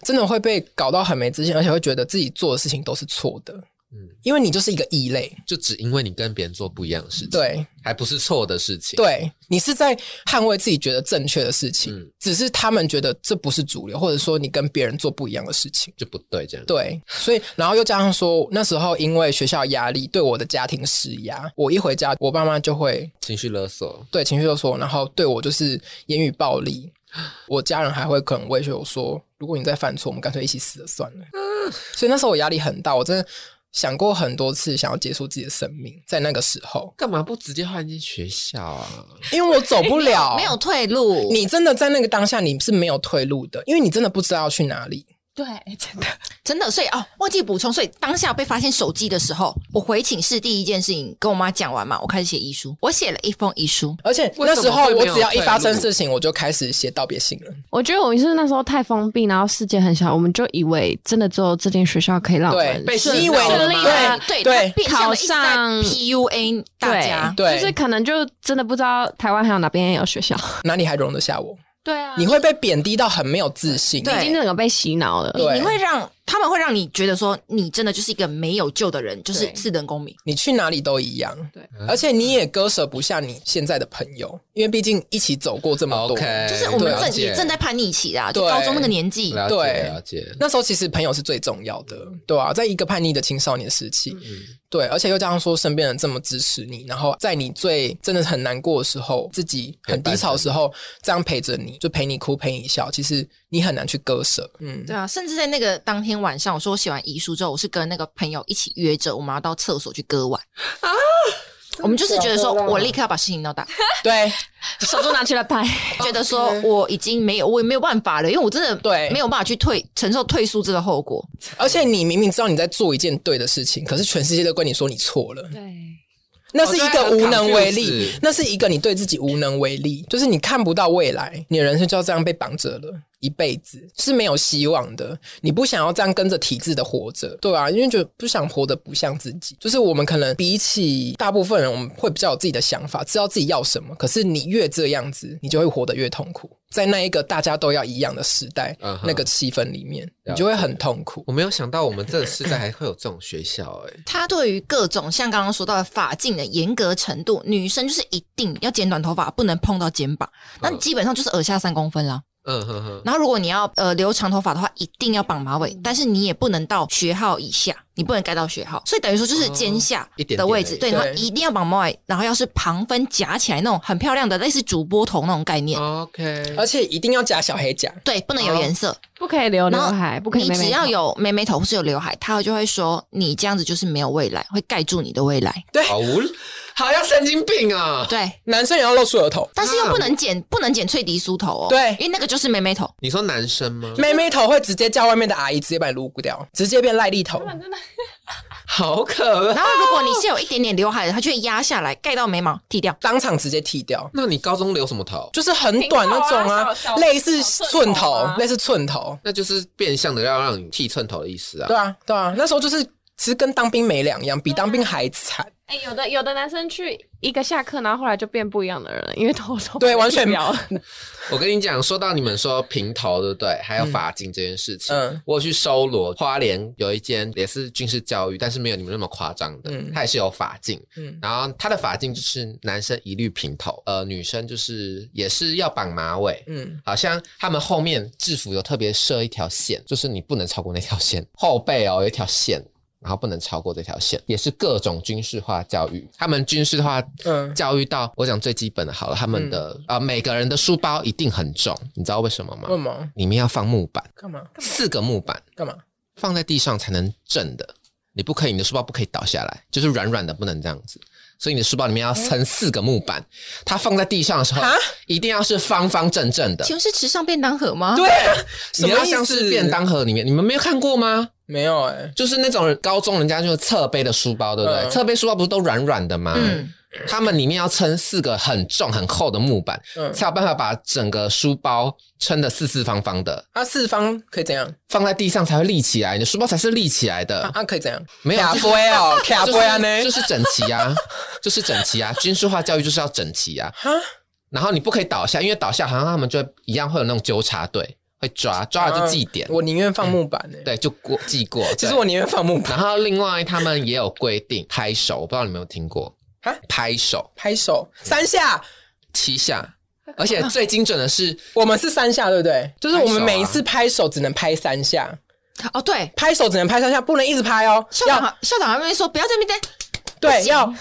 [SPEAKER 2] 真的会被搞到很没自信，而且会觉得自己做的事情都是错的。嗯，因为你就是一个异类，
[SPEAKER 3] 就只因为你跟别人做不一样的事情，，
[SPEAKER 2] 对，
[SPEAKER 3] 还不是错的事情，，
[SPEAKER 2] 对你是在捍卫自己觉得正确的事情，
[SPEAKER 3] 嗯
[SPEAKER 2] 只是他们觉得这不是主流，或者说你跟别人做不一样的事情。
[SPEAKER 3] 就不对这样。，
[SPEAKER 2] 对，所以然后又加上说，那时候因为学校压力对我的家庭施压，我一回家，我爸妈就会
[SPEAKER 3] 情绪勒索，
[SPEAKER 2] 对情绪勒索，然后对我就是言语暴 力。我家人还会可能威胁我说，如果你再犯错，我们干脆一起死 了算了。所以那时候我压力很大，我真的想过很多次想要结束自己的生命，在那个时候，
[SPEAKER 3] 干嘛不直接换进学校啊？
[SPEAKER 2] 因为我走不 了，
[SPEAKER 1] 没有退路。
[SPEAKER 2] 你真的在那个当下，你是没有退路的，因为你真的不知道要去哪里。
[SPEAKER 4] 对，真的
[SPEAKER 1] 真的，所以哦，忘记补充，所以当下被发现手机的时候，我回寝室第一件事情跟我妈讲完嘛，我开始写遗书，我写了一封遗书，
[SPEAKER 2] 而且
[SPEAKER 3] 为
[SPEAKER 2] 那
[SPEAKER 3] 什
[SPEAKER 2] 时
[SPEAKER 3] 么
[SPEAKER 2] 候
[SPEAKER 3] 会没
[SPEAKER 2] 我
[SPEAKER 3] 有
[SPEAKER 2] 只要一
[SPEAKER 3] 退
[SPEAKER 2] 发生
[SPEAKER 3] 路
[SPEAKER 2] 事情，我就开始写道别信了。
[SPEAKER 4] 我觉得我们是那时候太封闭，然后世界很小，我们就以为真的只有这间学校可以让我
[SPEAKER 2] 对
[SPEAKER 4] 们，
[SPEAKER 3] 被
[SPEAKER 2] 你以为
[SPEAKER 4] 顺
[SPEAKER 2] 对
[SPEAKER 4] 利啊
[SPEAKER 1] 对
[SPEAKER 2] 对
[SPEAKER 1] 她变相的一直在
[SPEAKER 4] 考上
[SPEAKER 1] PUA 大家，
[SPEAKER 2] 对
[SPEAKER 4] 就是可能就真的不知道台湾还有哪边有学校。
[SPEAKER 2] 哪里还容得下我？
[SPEAKER 4] 对啊
[SPEAKER 2] 你会被贬低到很没有自信。
[SPEAKER 1] 对
[SPEAKER 4] 已经整个被洗脑了。
[SPEAKER 2] 对
[SPEAKER 1] 你会让他们会让你觉得说，你真的就是一个没有救的人，就是
[SPEAKER 4] 对
[SPEAKER 1] 四等公民。
[SPEAKER 2] 你去哪里都一样。
[SPEAKER 4] 对
[SPEAKER 2] 而且你也割舍不下你现在的朋友，因为毕竟一起走过这么多。
[SPEAKER 3] OK，
[SPEAKER 1] 就是我们
[SPEAKER 3] 了
[SPEAKER 1] 正
[SPEAKER 3] 解
[SPEAKER 1] 也正在叛逆期啦，就
[SPEAKER 2] 对
[SPEAKER 1] 高中那个年纪，
[SPEAKER 3] 了
[SPEAKER 2] 对
[SPEAKER 3] 解了解，
[SPEAKER 2] 那时候其实朋友是最重要的，对啊，在一个叛逆的青少年时期，对，而且又加上说身边人这么支持你，然后在你最真的很难过的时候，自己很低潮的时候，这样陪着你，就陪你哭，陪你笑，其实你很难去割舍，嗯，
[SPEAKER 1] 对啊，甚至在那个当天晚上，我说我写完遗书之后，我是跟那个朋友一起约着，我们要到厕所去割腕啊。我们就是觉得说，我立刻要把事情闹大，
[SPEAKER 2] 对
[SPEAKER 4] 手中拿去了拍，
[SPEAKER 1] 觉得说我已经没有，我也没有办法了，因为我真的
[SPEAKER 2] 对
[SPEAKER 1] 没有办法去退承受退宿这个后果。
[SPEAKER 2] 而且你明明知道你在做一件对的事情，可是全世界都跟你说你错了，
[SPEAKER 4] 对，
[SPEAKER 2] 那
[SPEAKER 3] 哦
[SPEAKER 2] 是
[SPEAKER 3] 啊
[SPEAKER 2] 一个无能为
[SPEAKER 3] 哦对
[SPEAKER 2] 力
[SPEAKER 3] 很 confused，
[SPEAKER 2] 那是一个你对自己无能为力，就是你看不到未来，你的人生就要这样被绑着了。一辈子是没有希望的，你不想要这样跟着体制的活着，对吧、因为觉得不想活得不像自己。就是我们可能比起大部分人，我们会比较有自己的想法，知道自己要什么。可是你越这样子，你就会活得越痛苦。在那一个大家都要一样的时代
[SPEAKER 3] 嗯哼
[SPEAKER 2] 那个气氛里面，
[SPEAKER 3] 了解
[SPEAKER 2] 你就会很痛苦。
[SPEAKER 3] 我没有想到我们这个时代还会有这种学校 哎、
[SPEAKER 1] 他对于各种像刚刚说到的法禁的严格程度，女生就是一定要剪短头发，不能碰到肩膀，那
[SPEAKER 3] 嗯
[SPEAKER 1] 基本上就是耳下三公分啦。
[SPEAKER 3] 嗯哼哼，
[SPEAKER 1] 然后如果你要呃留长头发的话，一定要绑马
[SPEAKER 2] 嗯
[SPEAKER 1] 尾，但是你也不能到学号以下，你不能盖到学号，所以等于说就是肩下
[SPEAKER 3] 哦一点点
[SPEAKER 1] 的位置，
[SPEAKER 3] 而已
[SPEAKER 1] 对，然后
[SPEAKER 2] 对
[SPEAKER 1] 一定要绑马尾，然后要是旁分夹起来那种很漂亮的，类似主播头那种概念，
[SPEAKER 2] 哦
[SPEAKER 3] OK，
[SPEAKER 2] 而且一定要夹小黑夹，
[SPEAKER 1] 对，不能有颜
[SPEAKER 2] 哦
[SPEAKER 1] 色，
[SPEAKER 4] 不可以留刘
[SPEAKER 1] 然后
[SPEAKER 4] 海，不可以
[SPEAKER 1] 你
[SPEAKER 4] 妹妹
[SPEAKER 1] 只要
[SPEAKER 4] 头
[SPEAKER 1] 有妹妹头或是有刘海，他就会说你这样子就是没有未来，会盖住你的未 来，
[SPEAKER 3] 好无，好像神经病啊！
[SPEAKER 1] 对。
[SPEAKER 2] 男生也要露出额头，
[SPEAKER 1] 但是又不能剪，不能剪翠迪酥头哦，
[SPEAKER 2] 啊对
[SPEAKER 1] 因为那个就是妹妹头，
[SPEAKER 3] 你说男生吗？
[SPEAKER 2] 妹妹头会直接叫外面的阿姨直接把你撸掉，直接变赖痢头。
[SPEAKER 3] 好可怕！
[SPEAKER 1] 然后如果你是有一点点刘海的，它就会压下来盖到眉毛，剃掉。
[SPEAKER 2] 当场直接剃掉，
[SPEAKER 3] 那你高中留什么头？
[SPEAKER 2] 就是很短那种
[SPEAKER 4] 平头
[SPEAKER 2] 啊
[SPEAKER 4] 啊小，小
[SPEAKER 2] 类似
[SPEAKER 4] 小
[SPEAKER 2] 寸
[SPEAKER 4] 寸
[SPEAKER 2] 头，
[SPEAKER 4] 头啊
[SPEAKER 2] 类似寸头，
[SPEAKER 3] 那就是变相的要让你剃寸头的意思啊
[SPEAKER 2] 对。啊，对啊，那时候就是其实跟当兵没两样，比当兵还惨，
[SPEAKER 4] 哎、有的有的男生去一个下课，然后后来就变不一样的人了，因为头头
[SPEAKER 2] 对完全
[SPEAKER 4] 了。
[SPEAKER 3] 我跟你讲，说到你们说平头对不对？还有发巾这件事情，
[SPEAKER 2] 嗯
[SPEAKER 3] 我有去搜罗花莲有一间也是军事教育，但是没有你们那么夸张的，
[SPEAKER 2] 嗯
[SPEAKER 3] 它也是有发巾，
[SPEAKER 2] 嗯，
[SPEAKER 3] 然后他的发巾就是男生一律平头，呃，女生就是也是要绑马尾。
[SPEAKER 2] 嗯，
[SPEAKER 3] 好像他们后面制服有特别设一条线，就是你不能超过那条线， 后背哦有一条线，然后不能超过这条线，也是各种军事化教育。他们军事化
[SPEAKER 2] 嗯
[SPEAKER 3] 教育到，我讲最基本的好了，他们的啊、呃每个人的书包一定很重，你知道为什么
[SPEAKER 2] 为什
[SPEAKER 3] 吗？
[SPEAKER 2] 么？
[SPEAKER 3] 里面要放木板，
[SPEAKER 2] 干嘛？
[SPEAKER 3] 四个木板
[SPEAKER 2] 干嘛？
[SPEAKER 3] 放在地上才能正的，你不可以，你的书包不可以倒下来，就是软软的，不能这样子。所以你的书包里面要撑四个木板，它放在地上的时候
[SPEAKER 2] 啊，
[SPEAKER 3] 一定要是方方正正的
[SPEAKER 1] 请。问是池上便当盒吗？
[SPEAKER 2] 对啊，什
[SPEAKER 3] 你
[SPEAKER 2] 么
[SPEAKER 3] 要
[SPEAKER 2] 意
[SPEAKER 3] 像
[SPEAKER 2] 思？
[SPEAKER 3] 是便当盒里面，你们没有看过吗？
[SPEAKER 2] 没有哎，
[SPEAKER 3] 就是那种高中人家就是侧背的书包，对不对？
[SPEAKER 2] 嗯
[SPEAKER 3] 侧背书包不是都软软的吗？
[SPEAKER 1] 嗯
[SPEAKER 3] 他们里面要撑四个很重很厚的木板，
[SPEAKER 2] 嗯，
[SPEAKER 3] 才有办法把整个书包撑得四四方方的，
[SPEAKER 2] 啊，四方可以怎样？
[SPEAKER 3] 放在地上才会立起来，你的书包才是立起来的，
[SPEAKER 2] 啊啊，可以怎样？
[SPEAKER 3] 没有
[SPEAKER 2] 卡
[SPEAKER 3] 就是
[SPEAKER 2] 波哦，卡
[SPEAKER 3] 就
[SPEAKER 2] 波啊
[SPEAKER 3] 是
[SPEAKER 2] 呢？
[SPEAKER 3] 就是整齐啊， 就是整齐啊，军事化教育就是要整齐啊。然后你不可以倒下，因为倒下好像他们就会一样会有那种纠察队会抓，抓了就记点，
[SPEAKER 2] 嗯我宁愿放木板呢、
[SPEAKER 3] 对，就过记过。
[SPEAKER 2] 其
[SPEAKER 3] 对
[SPEAKER 2] 实我宁愿放木板。
[SPEAKER 3] 然后另外他们也有规定拍手，我不知道你们有没有听过
[SPEAKER 2] 啊
[SPEAKER 3] 拍手
[SPEAKER 2] 拍手三下，
[SPEAKER 3] 七下，而且最精准的是
[SPEAKER 2] 我们是三下，对不对？就是我
[SPEAKER 3] 拍手
[SPEAKER 2] 们
[SPEAKER 3] 啊
[SPEAKER 2] 每一次拍手只能拍三下，
[SPEAKER 1] 哦，对，
[SPEAKER 2] 拍手只能拍三下，不能一直拍哦。
[SPEAKER 1] 校长
[SPEAKER 2] 要
[SPEAKER 1] 好校长还没说不要在那边待。
[SPEAKER 2] 对要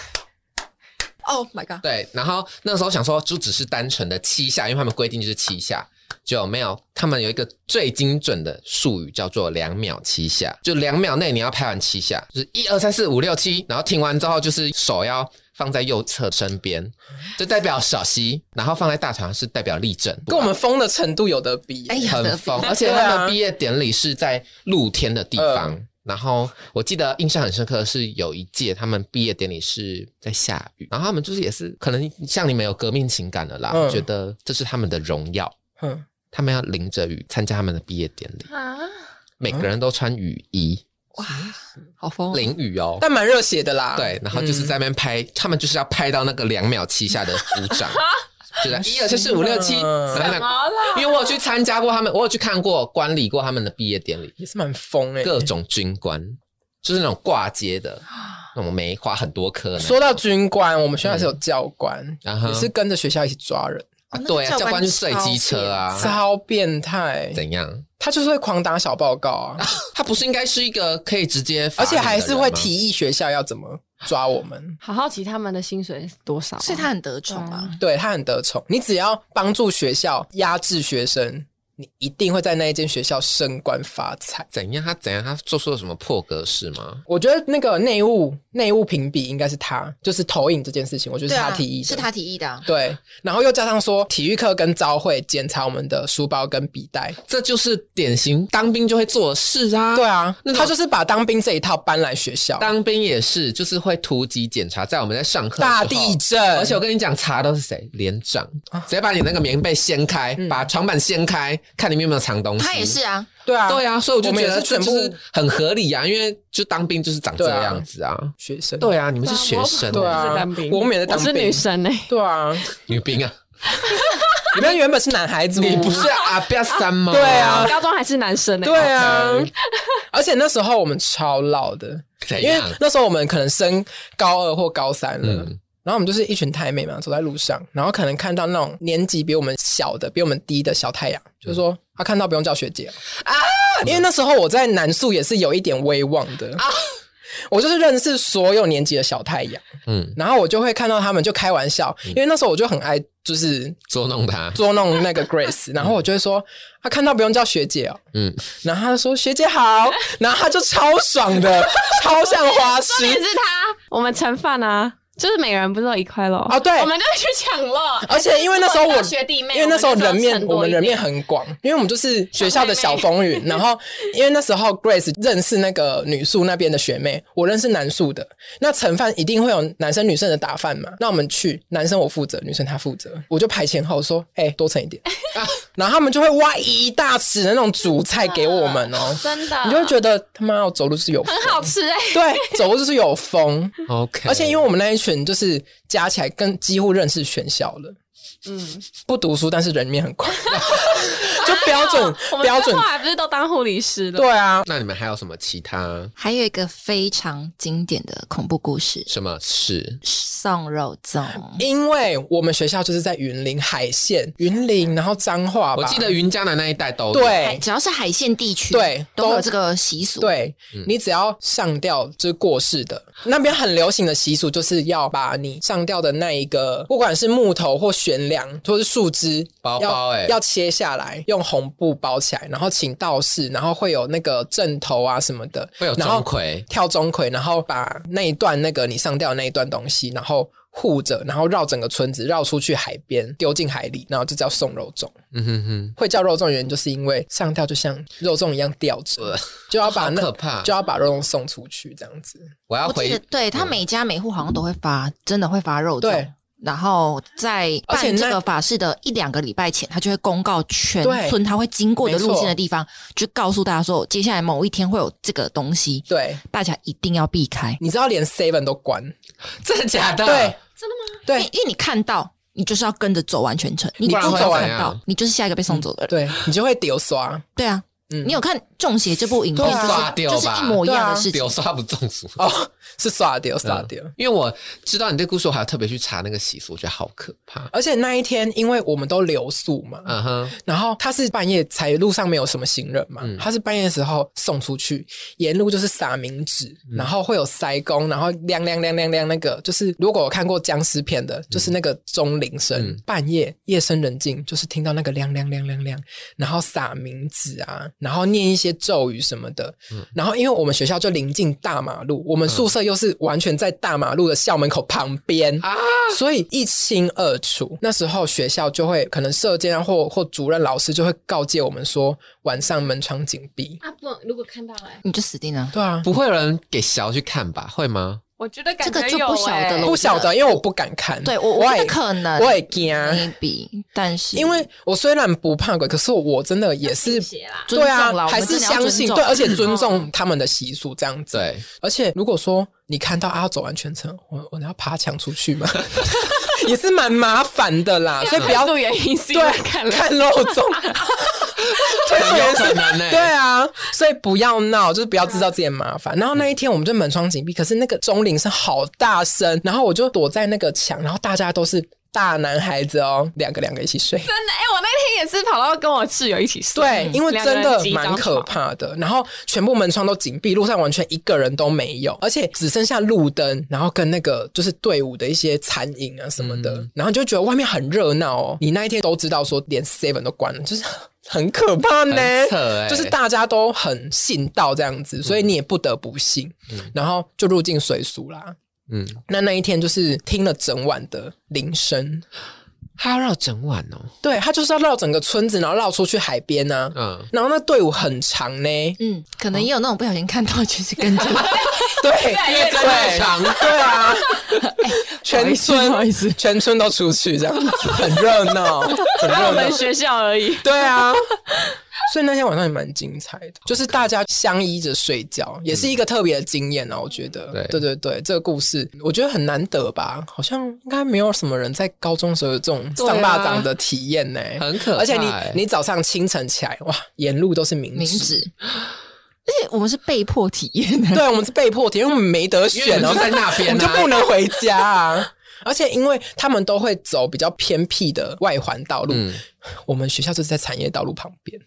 [SPEAKER 1] Oh my god！
[SPEAKER 3] 对，然后那时候想说就只是单纯的七下，因为他们规定就是七下，就没有他们有一个最精准的术语叫做两秒七下，就两秒内你要拍完七下，就是一二三四五六七，然后停完之后就是手要放在右侧身边，就代表小溪，然后放在大腿上是代表立正，
[SPEAKER 2] 跟我们疯的程度有得比。
[SPEAKER 1] 哎呀，
[SPEAKER 3] 很
[SPEAKER 1] 得
[SPEAKER 3] 疯，
[SPEAKER 1] 病
[SPEAKER 3] 而且
[SPEAKER 2] 对啊嗯
[SPEAKER 3] 他们毕业典礼是在露天的地方。然后我记得印象很深刻的是有一届他们毕业典礼是在下雨，然后他们就是也是可能像你们有革命情感了啦，
[SPEAKER 2] 嗯
[SPEAKER 3] 我觉得这是他们的荣耀，
[SPEAKER 2] 哼，
[SPEAKER 3] 他们要淋着雨参加他们的毕业典礼，
[SPEAKER 4] 啊，
[SPEAKER 3] 每个人都穿雨衣
[SPEAKER 1] 好疯哦，
[SPEAKER 3] 淋雨哦。
[SPEAKER 2] 但蛮热血的啦。嗯
[SPEAKER 3] 对，然后就是在那边拍，他们就是要拍到那个两秒七下的鼓 掌，就在一二三四五六七，
[SPEAKER 2] 啊嗯
[SPEAKER 3] 然后那因为我有去参加过他们，我有去看过观礼过他们的毕业典礼，
[SPEAKER 2] 也是蛮疯哎。
[SPEAKER 3] 各种军官，就是那种挂 街的，那种梅花很多颗的那种。
[SPEAKER 2] 说到军官，我们学校是有教官，
[SPEAKER 3] 嗯哼
[SPEAKER 2] 也是跟着学校一起抓人，
[SPEAKER 3] 啊
[SPEAKER 1] 那个
[SPEAKER 3] 对啊，
[SPEAKER 1] 教
[SPEAKER 3] 教
[SPEAKER 1] 官
[SPEAKER 3] 官是睡机车啊，
[SPEAKER 2] 超变态。
[SPEAKER 3] 怎样？
[SPEAKER 2] 他就是会狂打小报告啊，
[SPEAKER 3] 他不是应该是一个可以直接罚
[SPEAKER 2] 而
[SPEAKER 3] 你
[SPEAKER 2] 且
[SPEAKER 3] 的人吗，
[SPEAKER 2] 还是会提议学校要怎么抓我们。
[SPEAKER 4] 好好奇他们的薪水是多少啊、
[SPEAKER 1] 所以他很得宠啊。
[SPEAKER 2] 对他很得宠，你只要帮助学校压制学生，你一定会在那一间学校升官发财。
[SPEAKER 3] 怎样？他怎样？他做出了什么破格事吗？
[SPEAKER 2] 我觉得那个内务内务评比应该是他，就是投影这件事情，我觉得
[SPEAKER 1] 对
[SPEAKER 2] 是他
[SPEAKER 1] 啊，
[SPEAKER 2] 提议的，
[SPEAKER 1] 是他提议的啊。
[SPEAKER 2] 对，然后又加上说体育课跟招会检查我们的书包跟笔袋，
[SPEAKER 3] 这就是典型当兵就会做的事啊。
[SPEAKER 2] 对，啊，
[SPEAKER 3] 那种
[SPEAKER 2] 他就是把当兵这一套搬来学校，
[SPEAKER 3] 当兵也是，就是会突击检查，在我们在上课的时候
[SPEAKER 2] 大地震，啊
[SPEAKER 3] 而且我跟你讲，查都是谁？连长，直接把你那个棉被掀开，
[SPEAKER 2] 嗯
[SPEAKER 3] 把床板掀开，看里面有没有藏东西。
[SPEAKER 1] 他也是啊，
[SPEAKER 2] 对啊，
[SPEAKER 3] 对啊，所以我就
[SPEAKER 2] 我们
[SPEAKER 3] 觉
[SPEAKER 2] 也
[SPEAKER 3] 得
[SPEAKER 2] 是全
[SPEAKER 3] 就
[SPEAKER 2] 部
[SPEAKER 3] 是很合理啊，因为就当兵就是长这个样子啊。
[SPEAKER 2] 学生，
[SPEAKER 3] 对啊，你们是学生，
[SPEAKER 2] 对啊，
[SPEAKER 4] 我是当兵
[SPEAKER 2] 我们也在
[SPEAKER 4] 我
[SPEAKER 2] 当兵，
[SPEAKER 4] 是女，生哎、
[SPEAKER 2] 对啊，
[SPEAKER 3] 女兵啊，
[SPEAKER 2] 你们原本是男孩子，
[SPEAKER 3] 你不是阿彪三吗？
[SPEAKER 2] 对啊
[SPEAKER 4] 高中还是男生哎、
[SPEAKER 2] 对啊
[SPEAKER 3] OK
[SPEAKER 2] 而且那时候我们超老的，
[SPEAKER 3] 怎
[SPEAKER 2] 因为
[SPEAKER 3] 样？
[SPEAKER 2] 那时候我们可能升高二或高三了。
[SPEAKER 3] 嗯
[SPEAKER 2] 然后我们就是一群台妹嘛，走在路上，然后可能看到那种年纪比我们小的、比我们低的小太阳，
[SPEAKER 3] 嗯
[SPEAKER 2] 就说他看到不用叫学姐啊，因为那时候我在南宿也是有一点威望的啊，我就是认识所有年级的小太阳，
[SPEAKER 3] 嗯，
[SPEAKER 2] 然后我就会看到他们就开玩笑，因为那时候我就很爱就是
[SPEAKER 3] 捉弄他，
[SPEAKER 2] 捉弄那个 Grace，然后我就会说他看到不用叫学姐哦，
[SPEAKER 3] 嗯，
[SPEAKER 2] 然后他就说学姐好，然后他就超爽的， 超像花痴
[SPEAKER 4] 重，点哦是他，我们盛饭啊，就是每人不是都一块咯。
[SPEAKER 2] 哦对
[SPEAKER 4] 我们就去抢了。
[SPEAKER 2] 而且因为那时候
[SPEAKER 4] 我
[SPEAKER 2] 我
[SPEAKER 4] 们学弟妹
[SPEAKER 2] 因为那时候
[SPEAKER 4] 我们就
[SPEAKER 2] 人面
[SPEAKER 4] 承诺
[SPEAKER 2] 我们
[SPEAKER 4] 一
[SPEAKER 2] 人面
[SPEAKER 4] 点嗯
[SPEAKER 2] 很广，因为我们就是学校的小风云。然后因为那时候 Grace 认识那个女宿那边的学妹，我认识男宿的。那盛饭一定会有男生女生的打饭嘛？那我们去，男生我负责，女生她负责，我就排前后说，哎、多盛一点。 然后他们就会挖一大匙的那种主菜给我们哦，
[SPEAKER 4] 真的，
[SPEAKER 2] 你就会觉得他妈我走路是有风
[SPEAKER 4] 很好吃哎、
[SPEAKER 2] 对，走路就是有 风。
[SPEAKER 3] OK，
[SPEAKER 2] 而且因为我们那一群就是加起来跟几乎认识全校了，
[SPEAKER 4] 嗯，
[SPEAKER 2] 不读书但是人面很 宽， 就标
[SPEAKER 3] 哎
[SPEAKER 2] 准
[SPEAKER 4] 哦我们
[SPEAKER 2] 标准
[SPEAKER 4] 后。来不是都当护理师了？
[SPEAKER 2] 对啊，
[SPEAKER 3] 那你们还有什么其他
[SPEAKER 1] 还有一个非常经典的恐怖故事
[SPEAKER 3] 什么事
[SPEAKER 1] ——送肉粽。
[SPEAKER 2] 因为我们学校就是在云林海线，云林然后彰化吧，
[SPEAKER 3] 我记得云江南那一带都有
[SPEAKER 1] 海
[SPEAKER 2] 对
[SPEAKER 1] 只要是海线地区，
[SPEAKER 2] 对
[SPEAKER 1] 都会有
[SPEAKER 2] 都
[SPEAKER 1] 这个习俗。，
[SPEAKER 2] 对，
[SPEAKER 3] 嗯
[SPEAKER 2] 你只要上吊就是过世的，那边很流行的习俗就是要把你上吊的那一个，不管是木头或悬梁或是树枝，
[SPEAKER 3] 包
[SPEAKER 2] 要
[SPEAKER 3] 包欸
[SPEAKER 2] 要切下来，用红布包起来，然后请道士，然后会有那个阵头啊什么的，
[SPEAKER 3] 会有
[SPEAKER 2] 然后
[SPEAKER 3] 钟馗，
[SPEAKER 2] 跳钟馗，然后把那一段那个你上吊的那一段东西，然后护着，然后绕整个村子，绕出去海边，丢进海里，然后就叫送肉粽。
[SPEAKER 3] 嗯哼哼，
[SPEAKER 2] 会叫肉粽的原因，就是因为上吊就像肉粽一样吊
[SPEAKER 1] 呃
[SPEAKER 2] 着，就要把
[SPEAKER 3] 好
[SPEAKER 2] 那
[SPEAKER 3] 可怕
[SPEAKER 2] 就要把肉粽送出去，这样子。
[SPEAKER 3] 我要
[SPEAKER 1] 我记得
[SPEAKER 3] 回，
[SPEAKER 1] 对他每家每户好像都会发，真的会发肉粽。
[SPEAKER 2] 嗯对，
[SPEAKER 1] 然后在
[SPEAKER 2] 而且
[SPEAKER 1] 办
[SPEAKER 2] 那
[SPEAKER 1] 这个法事的一两个礼拜前，他就会公告全
[SPEAKER 2] 对
[SPEAKER 1] 村他会经过的
[SPEAKER 2] 没错
[SPEAKER 1] 路线的地方，就告诉大家说，接下来某一天会有这个东西，
[SPEAKER 2] 对，
[SPEAKER 1] 大家一定要避开。
[SPEAKER 2] 你知道连 Seven 都关，
[SPEAKER 3] 真的假的？
[SPEAKER 2] 对，
[SPEAKER 1] 因为因为你看到，你就是要跟着走完全程，你
[SPEAKER 3] 不然
[SPEAKER 1] 不
[SPEAKER 3] 会
[SPEAKER 1] 走
[SPEAKER 3] 怎
[SPEAKER 1] 看
[SPEAKER 3] 样
[SPEAKER 1] 到，你就是下一个被送走的人。
[SPEAKER 2] 嗯对你就会丢刷。
[SPEAKER 1] 对啊，
[SPEAKER 2] 嗯
[SPEAKER 1] 你有看《中邪》这部影片，
[SPEAKER 2] 对啊
[SPEAKER 1] 就是
[SPEAKER 3] 刷掉
[SPEAKER 1] 就是
[SPEAKER 3] 吧
[SPEAKER 1] 一模一
[SPEAKER 2] 啊
[SPEAKER 1] 样的事情
[SPEAKER 3] 有。刷不中暑。
[SPEAKER 2] 哦，是刷丢刷丢。
[SPEAKER 1] 嗯
[SPEAKER 3] 因为我知道你这故事，我还特别去查那个习俗，我觉得好可怕。
[SPEAKER 2] 而且那一天，因为我们都留宿嘛，
[SPEAKER 3] 嗯哼，
[SPEAKER 2] 然后他是半夜才路上没有什么行人嘛，
[SPEAKER 3] 嗯
[SPEAKER 2] 他是半夜的时候送出去，沿路就是撒冥纸，
[SPEAKER 3] 嗯
[SPEAKER 2] 然后会有塞工，然后亮亮亮亮亮那个，就是如果我看过僵尸片的，就是那个钟铃声，
[SPEAKER 3] 嗯
[SPEAKER 2] 半夜夜深人静，就是听到那个亮亮亮亮亮，然后撒冥纸啊，然后念一些咒语什么的，
[SPEAKER 3] 嗯
[SPEAKER 2] 然后因为我们学校就临近大马路，我们宿舍又是完全在大马路的校门口旁边
[SPEAKER 3] 啊
[SPEAKER 2] 所以一清二楚。那时候学校就会可能社监啊或或主任老师就会告诫我们说晚上门窗紧闭。
[SPEAKER 4] 啊不，如果看到哎、
[SPEAKER 1] 你就死定了。
[SPEAKER 2] 对啊，
[SPEAKER 3] 不会有人给小去看吧？会吗？
[SPEAKER 5] 我觉得感
[SPEAKER 1] 这
[SPEAKER 5] 觉
[SPEAKER 1] 个就
[SPEAKER 5] 有
[SPEAKER 1] 不晓
[SPEAKER 5] 欸
[SPEAKER 1] 得了
[SPEAKER 2] 不晓得，因为我不敢看。
[SPEAKER 1] 对我，
[SPEAKER 2] 我
[SPEAKER 1] 觉得
[SPEAKER 2] 也
[SPEAKER 1] 可能
[SPEAKER 2] 我也惊，啊
[SPEAKER 1] maybe，但是
[SPEAKER 2] 因为我虽然不怕鬼，可是我真的也是。
[SPEAKER 1] 尊
[SPEAKER 2] 对啊
[SPEAKER 1] 重啦，我
[SPEAKER 2] 还
[SPEAKER 1] 们真
[SPEAKER 2] 是
[SPEAKER 1] 的要
[SPEAKER 2] 相
[SPEAKER 1] 尊
[SPEAKER 2] 信
[SPEAKER 1] 重
[SPEAKER 2] 对，而且 尊重他们的习俗这样子。
[SPEAKER 3] 对，
[SPEAKER 2] 而且如果说你看到啊要走完全程，我我要爬墙出去嘛， 也是蛮麻烦的啦，
[SPEAKER 4] 啊
[SPEAKER 2] 所以不 要
[SPEAKER 4] 做原因是因为
[SPEAKER 2] 对
[SPEAKER 4] 看了
[SPEAKER 2] 看漏洞，推
[SPEAKER 3] 有
[SPEAKER 2] 人
[SPEAKER 3] 可
[SPEAKER 2] 是。
[SPEAKER 3] 能欸呢。
[SPEAKER 2] 对啊，所以不要闹，就是不要制造自己的麻烦。然后那一天我们就门窗紧闭，可是那个钟铃声好大声，然后我就躲在那个墙，然后大家都是大男孩子哦，两个两个一起睡。
[SPEAKER 5] 真的，哎、我那天也是跑到跟我室友一起睡，
[SPEAKER 2] 对，因为
[SPEAKER 5] 两个
[SPEAKER 2] 真
[SPEAKER 5] 人
[SPEAKER 2] 的
[SPEAKER 5] 挤一
[SPEAKER 2] 蛮
[SPEAKER 5] 张
[SPEAKER 2] 可
[SPEAKER 5] 床
[SPEAKER 2] 怕的。然后全部门窗都紧闭，路上完全一个人都没有，而且只剩下路灯，然后跟那个就是队伍的一些残影啊什么的。然后你就觉得外面很热闹哦。你那一天都知道说连 seven 都关了，就是很可怕呢。
[SPEAKER 3] 很扯欸
[SPEAKER 2] 就是大家都很信道这样子，所以你也不得不信。然后就入境随俗啦。
[SPEAKER 3] 嗯，
[SPEAKER 2] 那那一天就是听了整晚的铃声，
[SPEAKER 3] 他要绕整晚哦。
[SPEAKER 2] 对他就是要绕整个村子，然后绕出去海边啊。
[SPEAKER 3] 嗯，
[SPEAKER 2] 然后那队伍很长呢，
[SPEAKER 1] 嗯，可能也有那种不小心看到，就是 跟着
[SPEAKER 2] 对，
[SPEAKER 5] 越
[SPEAKER 2] 对，
[SPEAKER 5] 来
[SPEAKER 3] 越长
[SPEAKER 2] 对 啊，全村全村都出去这样子，很热闹，
[SPEAKER 5] 我
[SPEAKER 2] 很热
[SPEAKER 5] 们
[SPEAKER 2] 闹，
[SPEAKER 5] 学校而已。
[SPEAKER 2] 对啊。 所以那天晚上也蛮精彩的，就是大家相依着睡觉，也是一个特别的经验啊。我觉得，
[SPEAKER 3] 嗯对
[SPEAKER 2] 对对对，这个故事我觉得很难得吧，好像应该没有什么人在高中时候有这种
[SPEAKER 3] 对啊
[SPEAKER 2] 上巴掌的体验呢、
[SPEAKER 3] 很可怕欸。
[SPEAKER 2] 而且你你早上清晨起来，哇，沿路都是冥
[SPEAKER 1] 名
[SPEAKER 2] 纸，
[SPEAKER 1] 字，而且我们是被迫体验的。
[SPEAKER 2] 对，我们是被迫体验，因为我们没得
[SPEAKER 3] 因为
[SPEAKER 2] 选，然
[SPEAKER 3] 你们
[SPEAKER 2] 后
[SPEAKER 3] 就在那
[SPEAKER 2] 我
[SPEAKER 3] 边
[SPEAKER 2] 们就
[SPEAKER 3] 啊，
[SPEAKER 2] 不能回家啊。而且因为他们都会走比较偏僻的外环道路，
[SPEAKER 3] 嗯
[SPEAKER 2] 我们学校就是在产业道路旁边，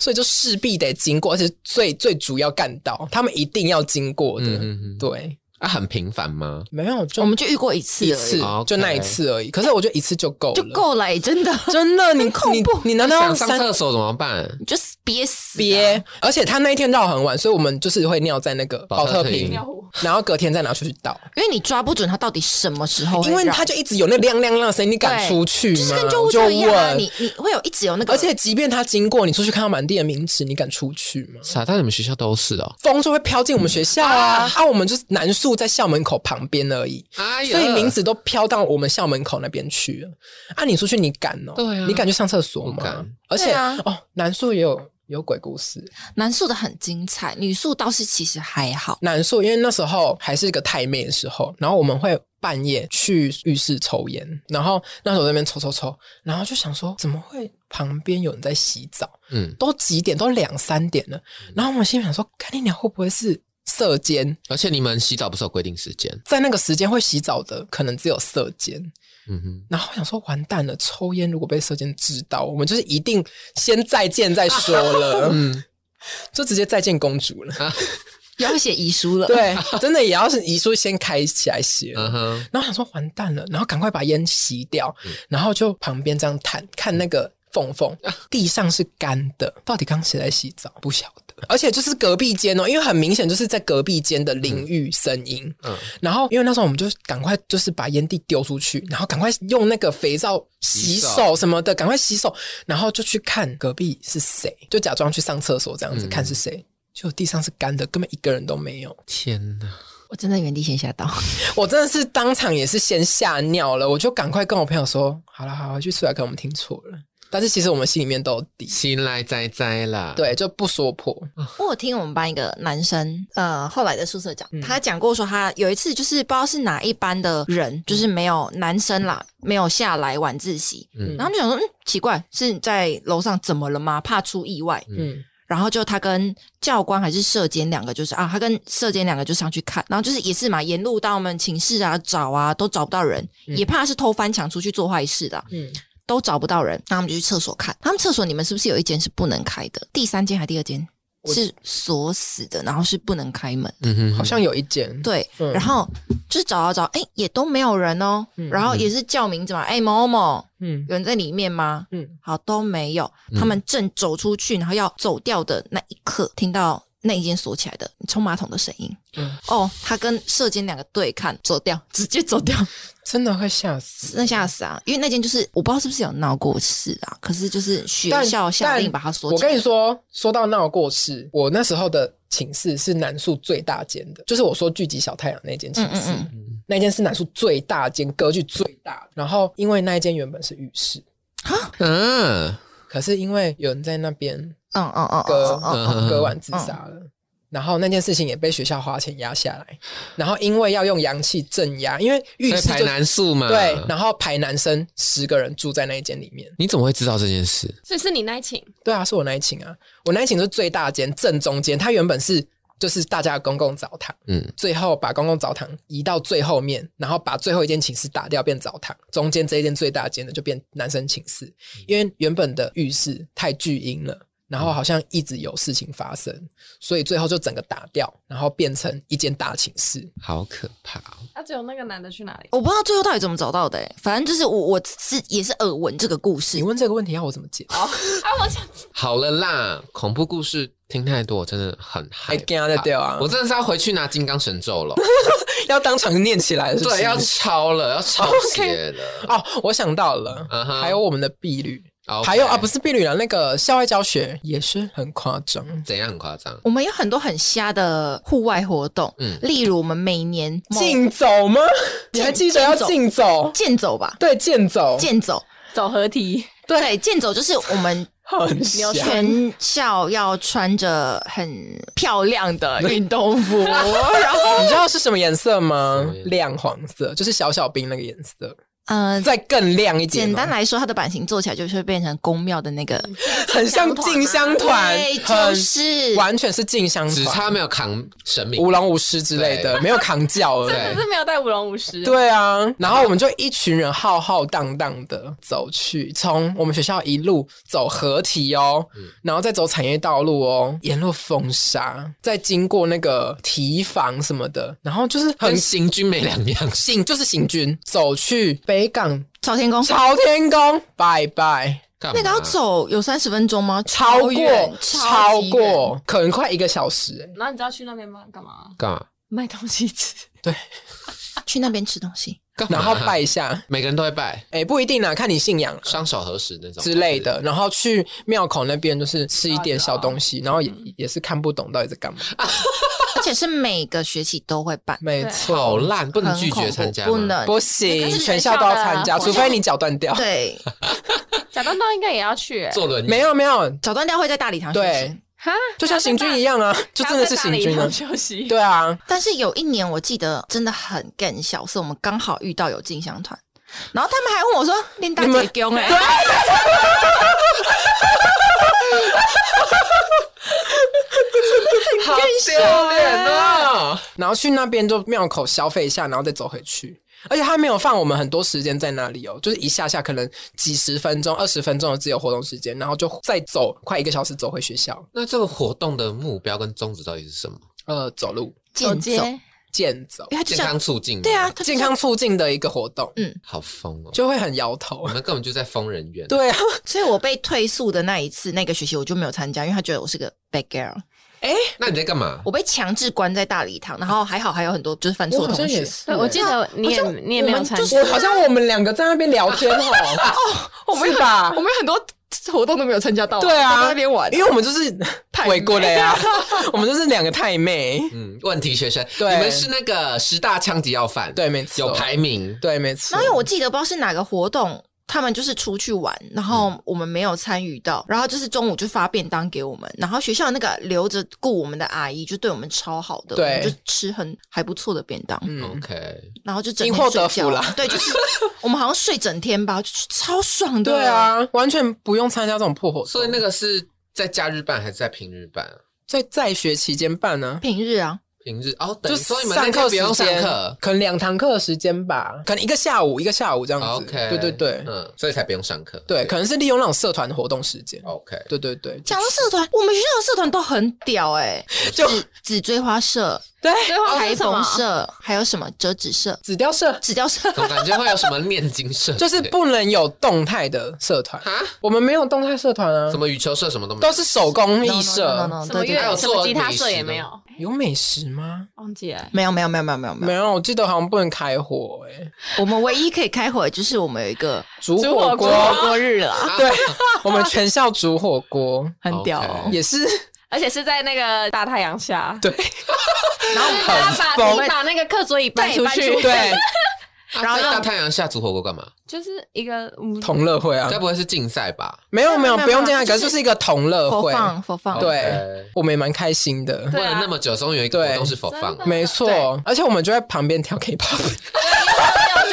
[SPEAKER 2] 所以就势必得经过，而且最最主要干道，他们一定要经过的。
[SPEAKER 3] 嗯嗯嗯，
[SPEAKER 2] 对，
[SPEAKER 3] 啊，很频繁吗？
[SPEAKER 2] 没有 就
[SPEAKER 1] 我们就遇过一次
[SPEAKER 2] 一
[SPEAKER 1] 而已
[SPEAKER 2] 次，
[SPEAKER 3] 哦 OK
[SPEAKER 2] 就那一次而已。可是我觉得一次就够了，
[SPEAKER 1] 就。够了、欸，真 的。
[SPEAKER 2] 真的，你
[SPEAKER 1] 恐
[SPEAKER 2] 你
[SPEAKER 1] 怖
[SPEAKER 2] 你难道要
[SPEAKER 3] 想上
[SPEAKER 2] 三
[SPEAKER 3] 厕所怎么办？
[SPEAKER 1] 你就是憋死、啊，
[SPEAKER 2] 憋？而且他那一天绕很晚，所以我们就是会尿在那个
[SPEAKER 3] 保
[SPEAKER 2] 保
[SPEAKER 3] 特
[SPEAKER 2] 特
[SPEAKER 3] 瓶
[SPEAKER 2] 瓶，然后隔天再拿出去倒。
[SPEAKER 1] 因为你抓不准他到底什么时哦候会
[SPEAKER 2] 因为
[SPEAKER 1] 绕
[SPEAKER 2] 他就一直有那亮亮亮的声音，你敢
[SPEAKER 1] 对
[SPEAKER 2] 出去吗？
[SPEAKER 1] 就是跟救护
[SPEAKER 2] 我嗯就
[SPEAKER 1] 车一样、啊，
[SPEAKER 2] 问
[SPEAKER 1] 你你会有一直有那个，
[SPEAKER 2] 而且即便他经过，你出去看到满地的名纸，你敢出去吗？
[SPEAKER 3] 傻蛋，你们学校都是哦。
[SPEAKER 2] 风就会飘进我们学校啊！啊，我们就是南树在校门口旁边而已，
[SPEAKER 3] 哎呀
[SPEAKER 2] 所以名字都飘到我们校门口那边去了。啊，你出去你敢哦？
[SPEAKER 3] 对啊
[SPEAKER 2] 你敢去上厕所
[SPEAKER 3] 不
[SPEAKER 2] 吗
[SPEAKER 3] 敢？
[SPEAKER 2] 而且
[SPEAKER 1] 对啊
[SPEAKER 2] 哦，南树也有有鬼故事。
[SPEAKER 1] 男宿的很精彩，女宿倒是其实还好。
[SPEAKER 2] 南树因为那时候还是一个太妹的时候，然后我们会半夜去浴室抽烟，然后那时候在那边抽抽抽，然后就想说怎么会旁边有人在洗澡？
[SPEAKER 3] 嗯，
[SPEAKER 2] 都几点？都两三点了。然后我们心里想说，看你俩会不会是射奸？
[SPEAKER 3] 而且你们洗澡不是有规定时间？
[SPEAKER 2] 在那个时间会洗澡的，可能只有射奸。
[SPEAKER 3] 嗯哼，
[SPEAKER 2] 然后我想说，完蛋了，抽烟如果被射奸知道，我们就是一定先再见再说 了，嗯，就直接再见公主了。
[SPEAKER 1] 要写遗书了，
[SPEAKER 2] 对，真的也要是遗书先开起来写。
[SPEAKER 3] 嗯哼，
[SPEAKER 2] 然后想说完蛋了，然后赶快把烟吸掉，
[SPEAKER 3] 嗯
[SPEAKER 2] 然后就旁边这样探看那个缝缝，地上是干的，到底刚谁在洗澡？不晓得。而且就是隔壁间哦，因为很明显就是在隔壁间的淋浴声音。
[SPEAKER 3] 嗯
[SPEAKER 2] 然后因为那时候我们就赶快就是把烟蒂丢出去，然后赶快用那个肥皂洗
[SPEAKER 3] 洗手
[SPEAKER 2] 手什么的，赶快洗手，然后就去看隔壁是谁，就假装去上厕所这样子、
[SPEAKER 3] 嗯
[SPEAKER 2] 看是谁。就地上是干的，根本一个人都没有。
[SPEAKER 3] 天哪，
[SPEAKER 1] 我真的原地先吓到。
[SPEAKER 2] 我真的是当场也是先吓尿了，我就赶快跟我朋友说，好了好了，去出来可能我们听错了，但是其实我们心里面都有底，
[SPEAKER 3] 心来哉哉啦。，
[SPEAKER 2] 对，就不说破，
[SPEAKER 1] 我有听我们班一个男生，呃，后来的宿舍讲，他讲过说他有一次就是不知道是哪一班的人，就是没有男生啦，没有下来晚自习，
[SPEAKER 3] 嗯
[SPEAKER 1] 然后就想说，嗯，奇怪，是在楼上怎么了吗？怕出意外，
[SPEAKER 2] 嗯
[SPEAKER 1] 然后就他跟教官还是社监两个，就是啊，他跟社监两个就上去看，然后就是也是嘛，沿路到我们寝室啊找啊，都找不到人，也怕是偷翻墙出去做坏事的啊、
[SPEAKER 2] 嗯，
[SPEAKER 1] 都找不到人，那他们就去厕所看。他们厕所你们是不是有一间是不能开的？第三间还第二间
[SPEAKER 2] 我
[SPEAKER 1] 是锁死的，然后是不能开门。
[SPEAKER 3] 嗯哼，
[SPEAKER 2] 好像有一件，
[SPEAKER 1] 对，
[SPEAKER 2] 嗯
[SPEAKER 1] 然后就是找啊找，哎、也都没有人哦。
[SPEAKER 2] 嗯
[SPEAKER 1] 然后也是叫名字嘛，哎、某某某，
[SPEAKER 2] 嗯
[SPEAKER 1] 有人在里面吗？
[SPEAKER 2] 嗯，
[SPEAKER 1] 好，都没有。他们正走出去，然后要走掉的那一刻，听到那一间锁起来的冲马桶的声音。
[SPEAKER 2] 嗯
[SPEAKER 1] 哦，他跟射箭两个对看，走 掉，直接走掉，
[SPEAKER 2] 真的会吓死。
[SPEAKER 1] 那吓死啊！因为那间就是我不知道是不是有闹过事啊，可是就是学
[SPEAKER 2] 但
[SPEAKER 1] 校下令
[SPEAKER 2] 但
[SPEAKER 1] 把它锁
[SPEAKER 2] 我
[SPEAKER 1] 起来。
[SPEAKER 2] 跟你说，说到闹过事，我那时候的寝室是南宿最大间的，就是我说聚集小太阳那间寝
[SPEAKER 1] 嗯嗯
[SPEAKER 2] 室，
[SPEAKER 1] 嗯，
[SPEAKER 2] 那间是南宿最大间，格局最大的。然后因为那一间原本是浴室，
[SPEAKER 3] 嗯，
[SPEAKER 2] 可是因为有人在那边
[SPEAKER 1] 嗯嗯嗯
[SPEAKER 2] 割、
[SPEAKER 1] 嗯嗯，
[SPEAKER 3] 嗯
[SPEAKER 2] 哦割腕自杀了。然后那件事情也被学校花钱压下来，然后因为要用阳气镇压，因为浴
[SPEAKER 3] 在
[SPEAKER 2] 室
[SPEAKER 3] 排
[SPEAKER 2] 就
[SPEAKER 3] 难素嘛。
[SPEAKER 2] 对，然后排男生十个人住在那一间里面，
[SPEAKER 3] 你怎么会知道这件事？
[SPEAKER 5] 所以是你那一寝，
[SPEAKER 2] 对啊，是我那一寝啊，我那一寝是最大间正中间，它原本是就是大家的公共澡堂，
[SPEAKER 3] 嗯，
[SPEAKER 2] 最后把公共澡堂移到最后面，然后把最后一间寝室打掉变澡堂，中间这一间最大间的就变男生寝室，因为原本的浴室太巨阴了。然后好像一直有事情发生，所以最后就整个打掉，然后变成一间大寝室。
[SPEAKER 3] 好可怕哦！
[SPEAKER 5] 啊那只有那个男的去哪里？
[SPEAKER 1] 我不知道最后到底怎么找到的、欸，反正就是我我是也是耳闻这个故事
[SPEAKER 2] 你，问这个问题要我怎么解？
[SPEAKER 5] 啊，我想
[SPEAKER 3] 好了啦，恐怖故事听太多，我真的很
[SPEAKER 2] 还
[SPEAKER 3] 害怕。
[SPEAKER 2] 跟他在掉啊！
[SPEAKER 3] 我真的是要回去拿金刚神 咒了，
[SPEAKER 2] 要当场念起来了是不是
[SPEAKER 3] 对，要抄了，要抄 写了。
[SPEAKER 2] 哦，我想到了
[SPEAKER 3] 嗯哼哎
[SPEAKER 2] 还有我们的婢女，
[SPEAKER 3] OK
[SPEAKER 2] 还有啊，不是婢女了，那个校外教学也是很夸张。
[SPEAKER 3] 怎样很夸张？
[SPEAKER 1] 我们有很多很瞎的户外活动，
[SPEAKER 3] 嗯
[SPEAKER 1] 例如我们每年某
[SPEAKER 2] 竞走吗？你还记得要
[SPEAKER 1] 竞走
[SPEAKER 2] 竞走？
[SPEAKER 1] 健走吧，
[SPEAKER 2] 对，健走，
[SPEAKER 1] 健走，
[SPEAKER 5] 走合 体，
[SPEAKER 1] 对，健走就是我们
[SPEAKER 2] 很像
[SPEAKER 1] 全校要穿着很漂亮的运动服，然后
[SPEAKER 2] 你知道是什么颜色吗
[SPEAKER 3] 哦什么？颜色
[SPEAKER 2] 亮黄色，就是小小兵那个颜色，
[SPEAKER 1] 呃，
[SPEAKER 2] 再更亮一点
[SPEAKER 1] 简
[SPEAKER 2] 哦，
[SPEAKER 1] 单啊来说，它的版型做起来就是会变成宫庙的那个，
[SPEAKER 2] 很像进香团
[SPEAKER 1] 对，，
[SPEAKER 2] 很
[SPEAKER 1] 就是
[SPEAKER 2] 完全是进香
[SPEAKER 3] 只
[SPEAKER 2] 团，
[SPEAKER 3] 差没有扛神明
[SPEAKER 2] 舞，龙舞狮之类的，
[SPEAKER 3] 对
[SPEAKER 2] 没有扛轿而已。
[SPEAKER 3] 对
[SPEAKER 5] 可是没有带舞龙舞狮。
[SPEAKER 2] 对啊，然后我们就一群人浩浩荡荡的走去，从我们学校一路走合体哦，
[SPEAKER 3] 嗯
[SPEAKER 2] 然后再走产业道路哦，沿路风沙，再经过那个提防什么的，然后就是很
[SPEAKER 3] 跟行军没两样。
[SPEAKER 2] 行，就是行军走去北港
[SPEAKER 1] 朝天宫。
[SPEAKER 2] 朝天宫，拜拜。
[SPEAKER 3] 干嘛
[SPEAKER 1] 那个要走有三十分钟吗？
[SPEAKER 2] 超
[SPEAKER 1] 超
[SPEAKER 2] 过
[SPEAKER 1] 远
[SPEAKER 2] 超
[SPEAKER 1] 级远
[SPEAKER 2] 过，可能快一个小时、欸，
[SPEAKER 5] 然后你知道去那边吗？干嘛？
[SPEAKER 3] 干嘛？
[SPEAKER 5] 卖东西吃。
[SPEAKER 1] 啊去那边吃东西。
[SPEAKER 3] 干嘛
[SPEAKER 2] 然后拜一下，
[SPEAKER 3] 每个人都会拜，
[SPEAKER 2] 哎、不一定啦，看你信仰啦
[SPEAKER 3] 双手合十那种
[SPEAKER 2] 之类。的，然后去庙口那边就是吃一点
[SPEAKER 5] 啊
[SPEAKER 2] 小东西，然后也也是看不懂到底在干嘛。
[SPEAKER 1] 而且是每个学期都会办，
[SPEAKER 2] 没
[SPEAKER 3] 好
[SPEAKER 2] 错，
[SPEAKER 3] 烂，不能
[SPEAKER 1] 很
[SPEAKER 3] 拒
[SPEAKER 1] 恐
[SPEAKER 3] 绝
[SPEAKER 1] 怖
[SPEAKER 3] 参加吗
[SPEAKER 1] 不能
[SPEAKER 2] 不
[SPEAKER 5] 可
[SPEAKER 2] 行，
[SPEAKER 5] 是
[SPEAKER 2] 全
[SPEAKER 5] 学
[SPEAKER 2] 校
[SPEAKER 5] 校
[SPEAKER 2] 都要参加，
[SPEAKER 5] 的
[SPEAKER 2] 除非你脚断 掉。
[SPEAKER 1] 对，
[SPEAKER 5] 假装到应该也要去、欸，
[SPEAKER 3] 坐轮椅
[SPEAKER 2] 没有没有，
[SPEAKER 1] 早断掉会在大礼堂学
[SPEAKER 2] 对
[SPEAKER 1] 习。
[SPEAKER 5] 哈，
[SPEAKER 2] 就像行军一样啊，就真的是行军
[SPEAKER 5] 要
[SPEAKER 2] 啊。
[SPEAKER 5] 休息。
[SPEAKER 2] 对啊，
[SPEAKER 1] 但是有一年我记得真的很更小，是我们刚好遇到有进香团，然后他们还问我说：“练大
[SPEAKER 2] 你们啊
[SPEAKER 1] 姐供哎，
[SPEAKER 2] 啊
[SPEAKER 3] 好丢脸哦！
[SPEAKER 2] 然后去那边就庙口消费一下，然后再走回去。而且他没有放我们很多时间在那里哦，就是一下下可能几十分钟、二十分钟的自由活动时间，然后就再走快一个小时走回学校。
[SPEAKER 3] 那这个活动的目标跟宗旨到底是什么？
[SPEAKER 2] 呃，走路
[SPEAKER 1] 健走，因
[SPEAKER 2] 健走，
[SPEAKER 1] 为他就
[SPEAKER 3] 健
[SPEAKER 1] 想
[SPEAKER 3] 康促进吗
[SPEAKER 1] 对啊，，他就
[SPEAKER 2] 健康促进的一个活动，
[SPEAKER 3] 好疯哦！
[SPEAKER 2] 就会很摇头
[SPEAKER 3] 我。们根本就在疯人院。
[SPEAKER 2] 对啊，
[SPEAKER 1] 所以我被退宿的那一次，那个学期我就没有参加，因为他觉得我是个 bad girl，
[SPEAKER 3] 那你在干嘛？
[SPEAKER 1] 我被强制关在大礼堂，然后还好还有很多就是犯
[SPEAKER 2] 我
[SPEAKER 1] 错
[SPEAKER 2] 好
[SPEAKER 1] 的
[SPEAKER 2] 像
[SPEAKER 1] 同
[SPEAKER 2] 也
[SPEAKER 1] 学，
[SPEAKER 2] 是
[SPEAKER 4] 对，我记得你也你也没有参
[SPEAKER 1] 我们就
[SPEAKER 4] 加
[SPEAKER 1] 是，
[SPEAKER 2] 我好像我们两个在那边聊天哦，哦，是吧
[SPEAKER 5] 我？们有很多
[SPEAKER 4] 活动都没有参加到，
[SPEAKER 2] 对
[SPEAKER 4] 都
[SPEAKER 2] 啊
[SPEAKER 4] 在那边玩，
[SPEAKER 2] 因为我们就是
[SPEAKER 4] 太
[SPEAKER 2] 伪过了呀，我们就是两个太妹，
[SPEAKER 3] 嗯，问题学生，
[SPEAKER 2] 对
[SPEAKER 3] 你们是那个十大枪击要犯，
[SPEAKER 2] 对，，没错，
[SPEAKER 3] 有排名，
[SPEAKER 2] 对，没错
[SPEAKER 1] 然后。因为我记得不知道是哪个活动，他们就是出去玩，然
[SPEAKER 2] 嗯
[SPEAKER 1] 后我们没有参与到，然后就是中午就发便当给我们，然后学校那个留着顾我们的阿姨就对我们超好的，
[SPEAKER 2] 对
[SPEAKER 1] 我们就吃很还不错的便当，
[SPEAKER 3] 哦
[SPEAKER 2] 嗯，
[SPEAKER 3] OK，
[SPEAKER 1] 然后就整
[SPEAKER 2] 因祸
[SPEAKER 1] 天睡
[SPEAKER 2] 得福
[SPEAKER 1] 觉
[SPEAKER 2] 啦，
[SPEAKER 1] 对，就是 我们好像睡整天吧，就是超爽的，
[SPEAKER 2] 对，啊，完全不用参加这种破活动，
[SPEAKER 3] 所以那个是在假日办还是在平日办啊？
[SPEAKER 2] 在在学期间办呢、
[SPEAKER 1] 平日啊，
[SPEAKER 3] 平日哦，等
[SPEAKER 2] 就
[SPEAKER 3] 于说你们那
[SPEAKER 2] 上
[SPEAKER 3] 天
[SPEAKER 2] 课
[SPEAKER 3] 不用
[SPEAKER 2] 时
[SPEAKER 3] 上
[SPEAKER 2] 间
[SPEAKER 3] 课，
[SPEAKER 2] 可能两堂课的时间吧，可能一个下午一个下午这样子。
[SPEAKER 3] 哦 OK，
[SPEAKER 2] 对对对、
[SPEAKER 3] 嗯，所以才不用上课，
[SPEAKER 2] 对，可能是利用那种社团活动时间。
[SPEAKER 3] OK，
[SPEAKER 2] 对对对，
[SPEAKER 1] 讲到社团，我们学校的社团都很屌 哎、
[SPEAKER 2] 就
[SPEAKER 1] 紫紫追花社、
[SPEAKER 2] 对
[SPEAKER 5] 最后
[SPEAKER 1] 台
[SPEAKER 5] 是什
[SPEAKER 1] 风
[SPEAKER 5] 么？
[SPEAKER 1] 社，还有什么折纸社、
[SPEAKER 2] 纸雕社
[SPEAKER 1] 纸雕 社。
[SPEAKER 3] 总感觉会有什么念经社之类，
[SPEAKER 2] 就是不能有动态的社团，
[SPEAKER 3] 啊，
[SPEAKER 2] 我们没有动态社团啊
[SPEAKER 3] 什，么羽球社什么都没有，
[SPEAKER 2] 都是手工
[SPEAKER 1] No,
[SPEAKER 2] 艺
[SPEAKER 1] no, no, no,
[SPEAKER 2] 社。
[SPEAKER 1] no,
[SPEAKER 5] 什
[SPEAKER 1] 对
[SPEAKER 5] 么
[SPEAKER 1] 对
[SPEAKER 5] 乐
[SPEAKER 3] 还有
[SPEAKER 5] 什
[SPEAKER 3] 做
[SPEAKER 5] 么吉他
[SPEAKER 3] 美
[SPEAKER 5] 社
[SPEAKER 3] 食
[SPEAKER 5] 也
[SPEAKER 3] 的
[SPEAKER 5] 没有，
[SPEAKER 2] 有美食吗？
[SPEAKER 5] 忘记了。
[SPEAKER 1] 没有没有没有没有没有没
[SPEAKER 2] 没
[SPEAKER 1] 有，
[SPEAKER 2] 有，我记得好像不能开火哎、
[SPEAKER 1] 我们唯一可以开火的就是我们有一个
[SPEAKER 2] 煮
[SPEAKER 5] 煮火
[SPEAKER 2] 火锅
[SPEAKER 5] 锅。
[SPEAKER 1] 过日了，
[SPEAKER 2] 对，我们全校煮火锅
[SPEAKER 1] 很屌哦、
[SPEAKER 3] OK
[SPEAKER 2] 也是
[SPEAKER 5] 而且是在那个大太阳下，
[SPEAKER 2] 对，
[SPEAKER 5] 然后大家把
[SPEAKER 2] 很
[SPEAKER 5] 你们把那个课桌椅搬
[SPEAKER 1] 对
[SPEAKER 5] 出
[SPEAKER 1] 搬出
[SPEAKER 5] 去，
[SPEAKER 1] 去
[SPEAKER 2] 对
[SPEAKER 3] 啊
[SPEAKER 1] 然后
[SPEAKER 3] 在
[SPEAKER 1] 让
[SPEAKER 3] 大太阳下煮火锅干嘛？
[SPEAKER 5] 就是一个嗯
[SPEAKER 2] 同乐会啊
[SPEAKER 3] 该，不会是竞赛吧？
[SPEAKER 2] 没有没有，
[SPEAKER 1] 没有
[SPEAKER 2] 不用这
[SPEAKER 1] 没
[SPEAKER 2] 样，
[SPEAKER 1] 有
[SPEAKER 2] 可是就是一个同乐
[SPEAKER 1] 佛
[SPEAKER 2] 会，
[SPEAKER 1] 放佛放，
[SPEAKER 2] 啊对
[SPEAKER 3] OK
[SPEAKER 2] 我们也蛮开心的。
[SPEAKER 5] 对
[SPEAKER 3] 问
[SPEAKER 5] 啊
[SPEAKER 3] 了那么久，终于有一个
[SPEAKER 2] 对
[SPEAKER 3] 活动嗯是否放
[SPEAKER 5] 真的，
[SPEAKER 2] 没错
[SPEAKER 1] 对，
[SPEAKER 2] 而且我们就在旁边 跳 K-pop，
[SPEAKER 5] 又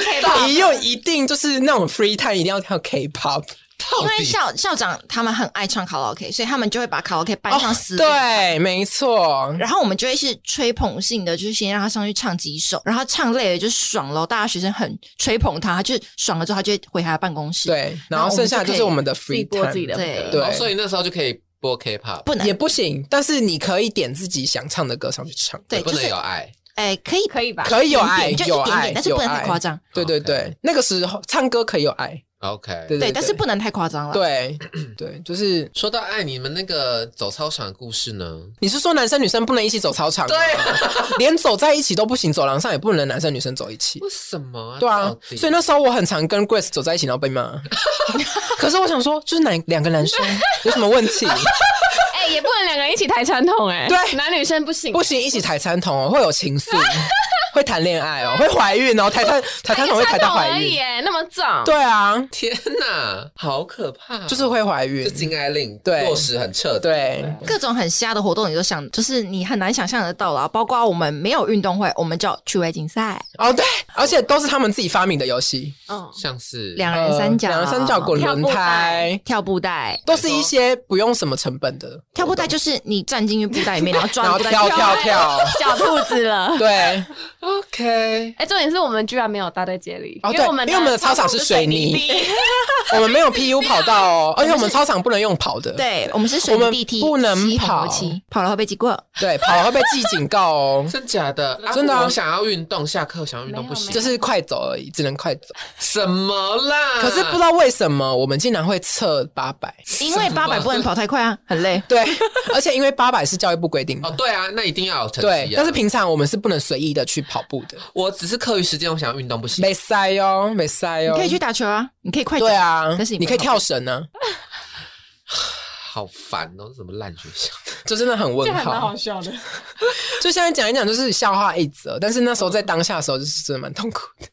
[SPEAKER 5] 是
[SPEAKER 1] 啊
[SPEAKER 5] K-pop，
[SPEAKER 2] 一又一定就是那种 free time 一定要跳 K-pop，
[SPEAKER 3] 到
[SPEAKER 1] 因
[SPEAKER 2] 哦
[SPEAKER 1] 为
[SPEAKER 3] 底
[SPEAKER 1] 校校长他们很爱唱卡拉 OK，所以他们就会把卡拉 OK 搬上死、
[SPEAKER 2] 哦对，没错，
[SPEAKER 1] 然后我们就会是吹捧性的，就是先让他上去唱几首，然后他唱累了就爽了，大家学生很吹捧他，他就爽了之后他就会回他的办公室，，
[SPEAKER 2] 对，然后剩下就是我们的 free
[SPEAKER 5] 过自己的
[SPEAKER 2] time，
[SPEAKER 1] 对
[SPEAKER 2] 对
[SPEAKER 3] 哦所以那时候就可以播 K-pop，
[SPEAKER 1] 不能
[SPEAKER 2] 也不行，但是你可以点自己想唱的歌上去唱，
[SPEAKER 1] 对，
[SPEAKER 3] 也不
[SPEAKER 1] 就
[SPEAKER 3] 能
[SPEAKER 1] 是
[SPEAKER 3] 有爱，
[SPEAKER 1] 哎可以
[SPEAKER 5] 可以吧？
[SPEAKER 2] 可以有爱，
[SPEAKER 1] 一点
[SPEAKER 2] 有
[SPEAKER 1] 就一点
[SPEAKER 2] 爱
[SPEAKER 1] 点，，但是不能
[SPEAKER 2] 有
[SPEAKER 1] 太
[SPEAKER 2] 爱
[SPEAKER 1] 夸。张，
[SPEAKER 2] 对对
[SPEAKER 3] OK
[SPEAKER 2] 对，那个时候唱歌可以有爱，
[SPEAKER 3] OK，
[SPEAKER 2] 对
[SPEAKER 1] 对，但是不能太夸张了，
[SPEAKER 2] 对对，就是
[SPEAKER 3] 说到爱，你们那个走操场的故事呢？
[SPEAKER 2] 你是说男生女生不能一起走操场？对， 连走在一起都不行，走廊上也不能男生女生走一起。
[SPEAKER 3] 为什么？
[SPEAKER 2] 对啊
[SPEAKER 3] 到，底
[SPEAKER 2] 所以那时候我很常跟 Grace 走在一起，然后被骂。 可是我想说，就是男两个男生有什么问题？
[SPEAKER 5] 哎，也不能两个人一起抬传统，哎，
[SPEAKER 2] 对
[SPEAKER 5] 男女生不行，
[SPEAKER 2] 不行，一起抬餐桶哦，会有情愫，会谈恋爱哦，会怀孕哦，抬餐抬餐桶会抬到
[SPEAKER 5] 传统
[SPEAKER 2] 怀
[SPEAKER 5] 而已，
[SPEAKER 2] 孕。
[SPEAKER 5] 哎，那么重，
[SPEAKER 2] 对啊，
[SPEAKER 3] 天哪，好可怕！
[SPEAKER 2] 就是会怀孕
[SPEAKER 3] 就。禁爱令
[SPEAKER 2] 对
[SPEAKER 3] 落实很彻底，
[SPEAKER 2] 对，
[SPEAKER 1] 各种很瞎的活动，你都想，就是你很难想象得到啦。包括我们没有运动会，我们叫趣味竞赛，
[SPEAKER 2] 哦对，而且都是他们自己发明的游戏，
[SPEAKER 5] 嗯，
[SPEAKER 3] 像是
[SPEAKER 1] 两人三角，
[SPEAKER 2] 呃两人三角滚轮胎，
[SPEAKER 1] 跳布袋。
[SPEAKER 2] 都是一些不用什么成本的，
[SPEAKER 1] 跳布袋就是你站进去布袋里 面，然后抓
[SPEAKER 2] 然后
[SPEAKER 1] 布袋
[SPEAKER 2] 跳跳跳，
[SPEAKER 5] 小兔子了。
[SPEAKER 2] 对
[SPEAKER 3] OK，，
[SPEAKER 5] 哎，重点是我们居然没有搭在接力，
[SPEAKER 2] 哦
[SPEAKER 5] 因
[SPEAKER 2] 对
[SPEAKER 5] 为我们
[SPEAKER 2] 因为我们的操场是水泥
[SPEAKER 5] 地，
[SPEAKER 2] 我们没有 PU 跑道哦，而且我们操场不能用跑的，
[SPEAKER 1] 对我们是水
[SPEAKER 2] 我
[SPEAKER 1] 泥
[SPEAKER 2] 们
[SPEAKER 1] 地梯，
[SPEAKER 2] 不能
[SPEAKER 1] 漆
[SPEAKER 2] 跑
[SPEAKER 1] 红油漆跑了会被记过。
[SPEAKER 2] 对，跑了会被记警告哦
[SPEAKER 3] 真假的？啊
[SPEAKER 2] 真的啊
[SPEAKER 3] 我想要运动，下课想要运动不
[SPEAKER 5] 没
[SPEAKER 3] 行，
[SPEAKER 5] 有没有
[SPEAKER 2] 就是快走而已，只能快走。
[SPEAKER 3] 什么啦？
[SPEAKER 2] 可是不知道为什么我们竟然会测八百，
[SPEAKER 1] 因为八百不能跑太快啊，很累。
[SPEAKER 2] 对， 而且因为八百是教育部规定
[SPEAKER 3] 哦，
[SPEAKER 2] 的，
[SPEAKER 3] 对啊，那一定要有成绩、啊。
[SPEAKER 2] 对，但是平常我们是不能随意的去跑步的，
[SPEAKER 3] 我只是课余时间，我想要运动不行。
[SPEAKER 2] 没塞哦，没塞
[SPEAKER 1] 你
[SPEAKER 2] 哦，
[SPEAKER 1] 可以去打球啊，你可以快走
[SPEAKER 2] 对，啊，
[SPEAKER 1] 但是你
[SPEAKER 2] 你
[SPEAKER 1] 不能
[SPEAKER 2] 可以跳绳啊呢，
[SPEAKER 3] 好烦哦，什么烂学校？
[SPEAKER 2] 就真的很 问
[SPEAKER 5] 这还蛮
[SPEAKER 2] 号
[SPEAKER 5] 好。笑的。
[SPEAKER 2] 就现在讲一讲，就是笑话一则，但是那时候在当下的时候，就是真的蛮痛苦的。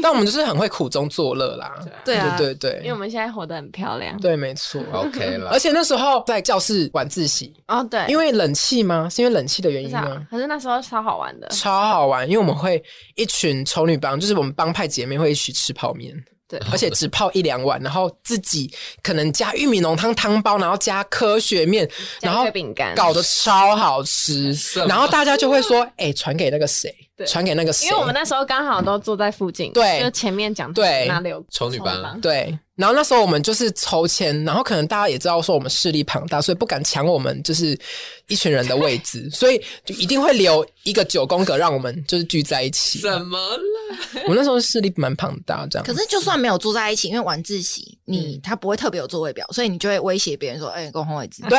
[SPEAKER 2] 但我们就是很会苦中作乐啦，
[SPEAKER 1] 对啊
[SPEAKER 2] 对对
[SPEAKER 5] 因为我
[SPEAKER 2] 对，
[SPEAKER 5] 们现在活得很漂亮。
[SPEAKER 2] 对，没错。
[SPEAKER 3] OK
[SPEAKER 2] 而
[SPEAKER 3] 了，
[SPEAKER 2] 且那时候在教室晚自习，
[SPEAKER 5] 哦，对，
[SPEAKER 2] 因为冷气吗？是因为冷气的原
[SPEAKER 5] 不
[SPEAKER 2] 因
[SPEAKER 5] 是啊
[SPEAKER 2] 吗？，
[SPEAKER 5] 可是那时候超好玩的，
[SPEAKER 2] 超好玩，因为我们会一群丑女帮，就是我们帮派姐妹会一起吃泡面，
[SPEAKER 5] 对
[SPEAKER 2] 而且只泡一两碗，然后自己可能加玉米浓汤汤包，然后加科学面，然
[SPEAKER 5] 加
[SPEAKER 2] 后
[SPEAKER 5] 月饼干
[SPEAKER 2] 搞得超好吃，
[SPEAKER 3] 么
[SPEAKER 2] 然后大家就会说，哎、传给那个谁
[SPEAKER 5] 对，
[SPEAKER 2] 传给那个谁，
[SPEAKER 5] 因为我们那时候刚好都坐在附近，
[SPEAKER 2] 对
[SPEAKER 5] 就前面讲
[SPEAKER 2] 对
[SPEAKER 5] 那六
[SPEAKER 3] 丑女班
[SPEAKER 2] 对，然后那时候我们就是抽签，然后可能大家也知道说我们势力庞大，所以不敢抢我们就是一群人的位 置，所以就一定会留一个九宫格让我们就是聚在一起。
[SPEAKER 5] 啊
[SPEAKER 3] 什么啦？
[SPEAKER 2] 我们那时候势力蛮庞大，这样。
[SPEAKER 1] 可是就算没有坐在 嗯一起，因为晚自习，你他不会特别有座位表，所以你就会威胁别人说：“哎，跟我换位置。”
[SPEAKER 2] 对，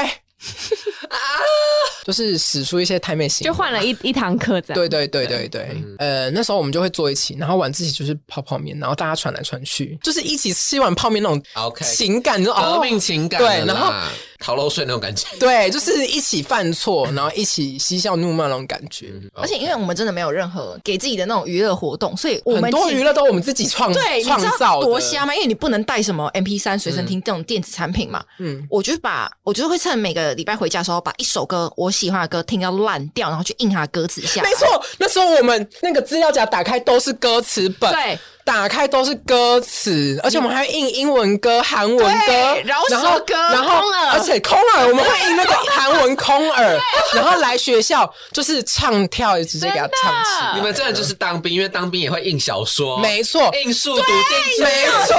[SPEAKER 2] 就是使出一些太妹行为，
[SPEAKER 5] 啊就换了一一堂课这样。
[SPEAKER 2] 对对对对对，
[SPEAKER 3] 嗯
[SPEAKER 2] 呃，那时候我们就会坐一起，然后晚自习就是泡泡面，然后大家传来传去，就是一起吃一碗泡面那种
[SPEAKER 3] 啊 OK
[SPEAKER 2] 情感，你说
[SPEAKER 3] 革
[SPEAKER 2] 哦，
[SPEAKER 3] 命情感
[SPEAKER 2] 对
[SPEAKER 3] 了
[SPEAKER 2] 然后
[SPEAKER 3] 啦逃漏税那种感觉。
[SPEAKER 2] 对，就是一起犯错，然后一起嬉笑怒骂那种感觉。
[SPEAKER 1] 而且因为我们真的没有任何给自己的那种娱乐活动，所以我
[SPEAKER 2] 很
[SPEAKER 1] 们
[SPEAKER 2] 多
[SPEAKER 1] 其
[SPEAKER 2] 娱乐都我们自己创
[SPEAKER 1] 对，你
[SPEAKER 2] 创
[SPEAKER 1] 知道
[SPEAKER 2] 造的
[SPEAKER 1] 多瞎吗？因为你不能带什么 MP 三随身听这种电子产品嘛。
[SPEAKER 2] 嗯，
[SPEAKER 1] 我就把，我就会趁每个礼拜回家的时候，把一首歌我喜欢的歌听到烂掉，然后去印它的歌词下来。
[SPEAKER 2] 没，错，那时候我们那个资料夹打开都是歌词本，
[SPEAKER 1] 对，
[SPEAKER 2] 打开都是歌词，而且我们还印英文歌、韩文歌
[SPEAKER 1] 对、饶舌歌
[SPEAKER 2] 然后
[SPEAKER 1] 空耳
[SPEAKER 2] 而且空耳，我们会印那个韩文空耳，然后来学校就是唱跳，直接给他唱起。
[SPEAKER 3] 你们真的就是当兵，因为当兵也会印小说，
[SPEAKER 2] 没错，
[SPEAKER 3] 印数独定
[SPEAKER 2] 没错，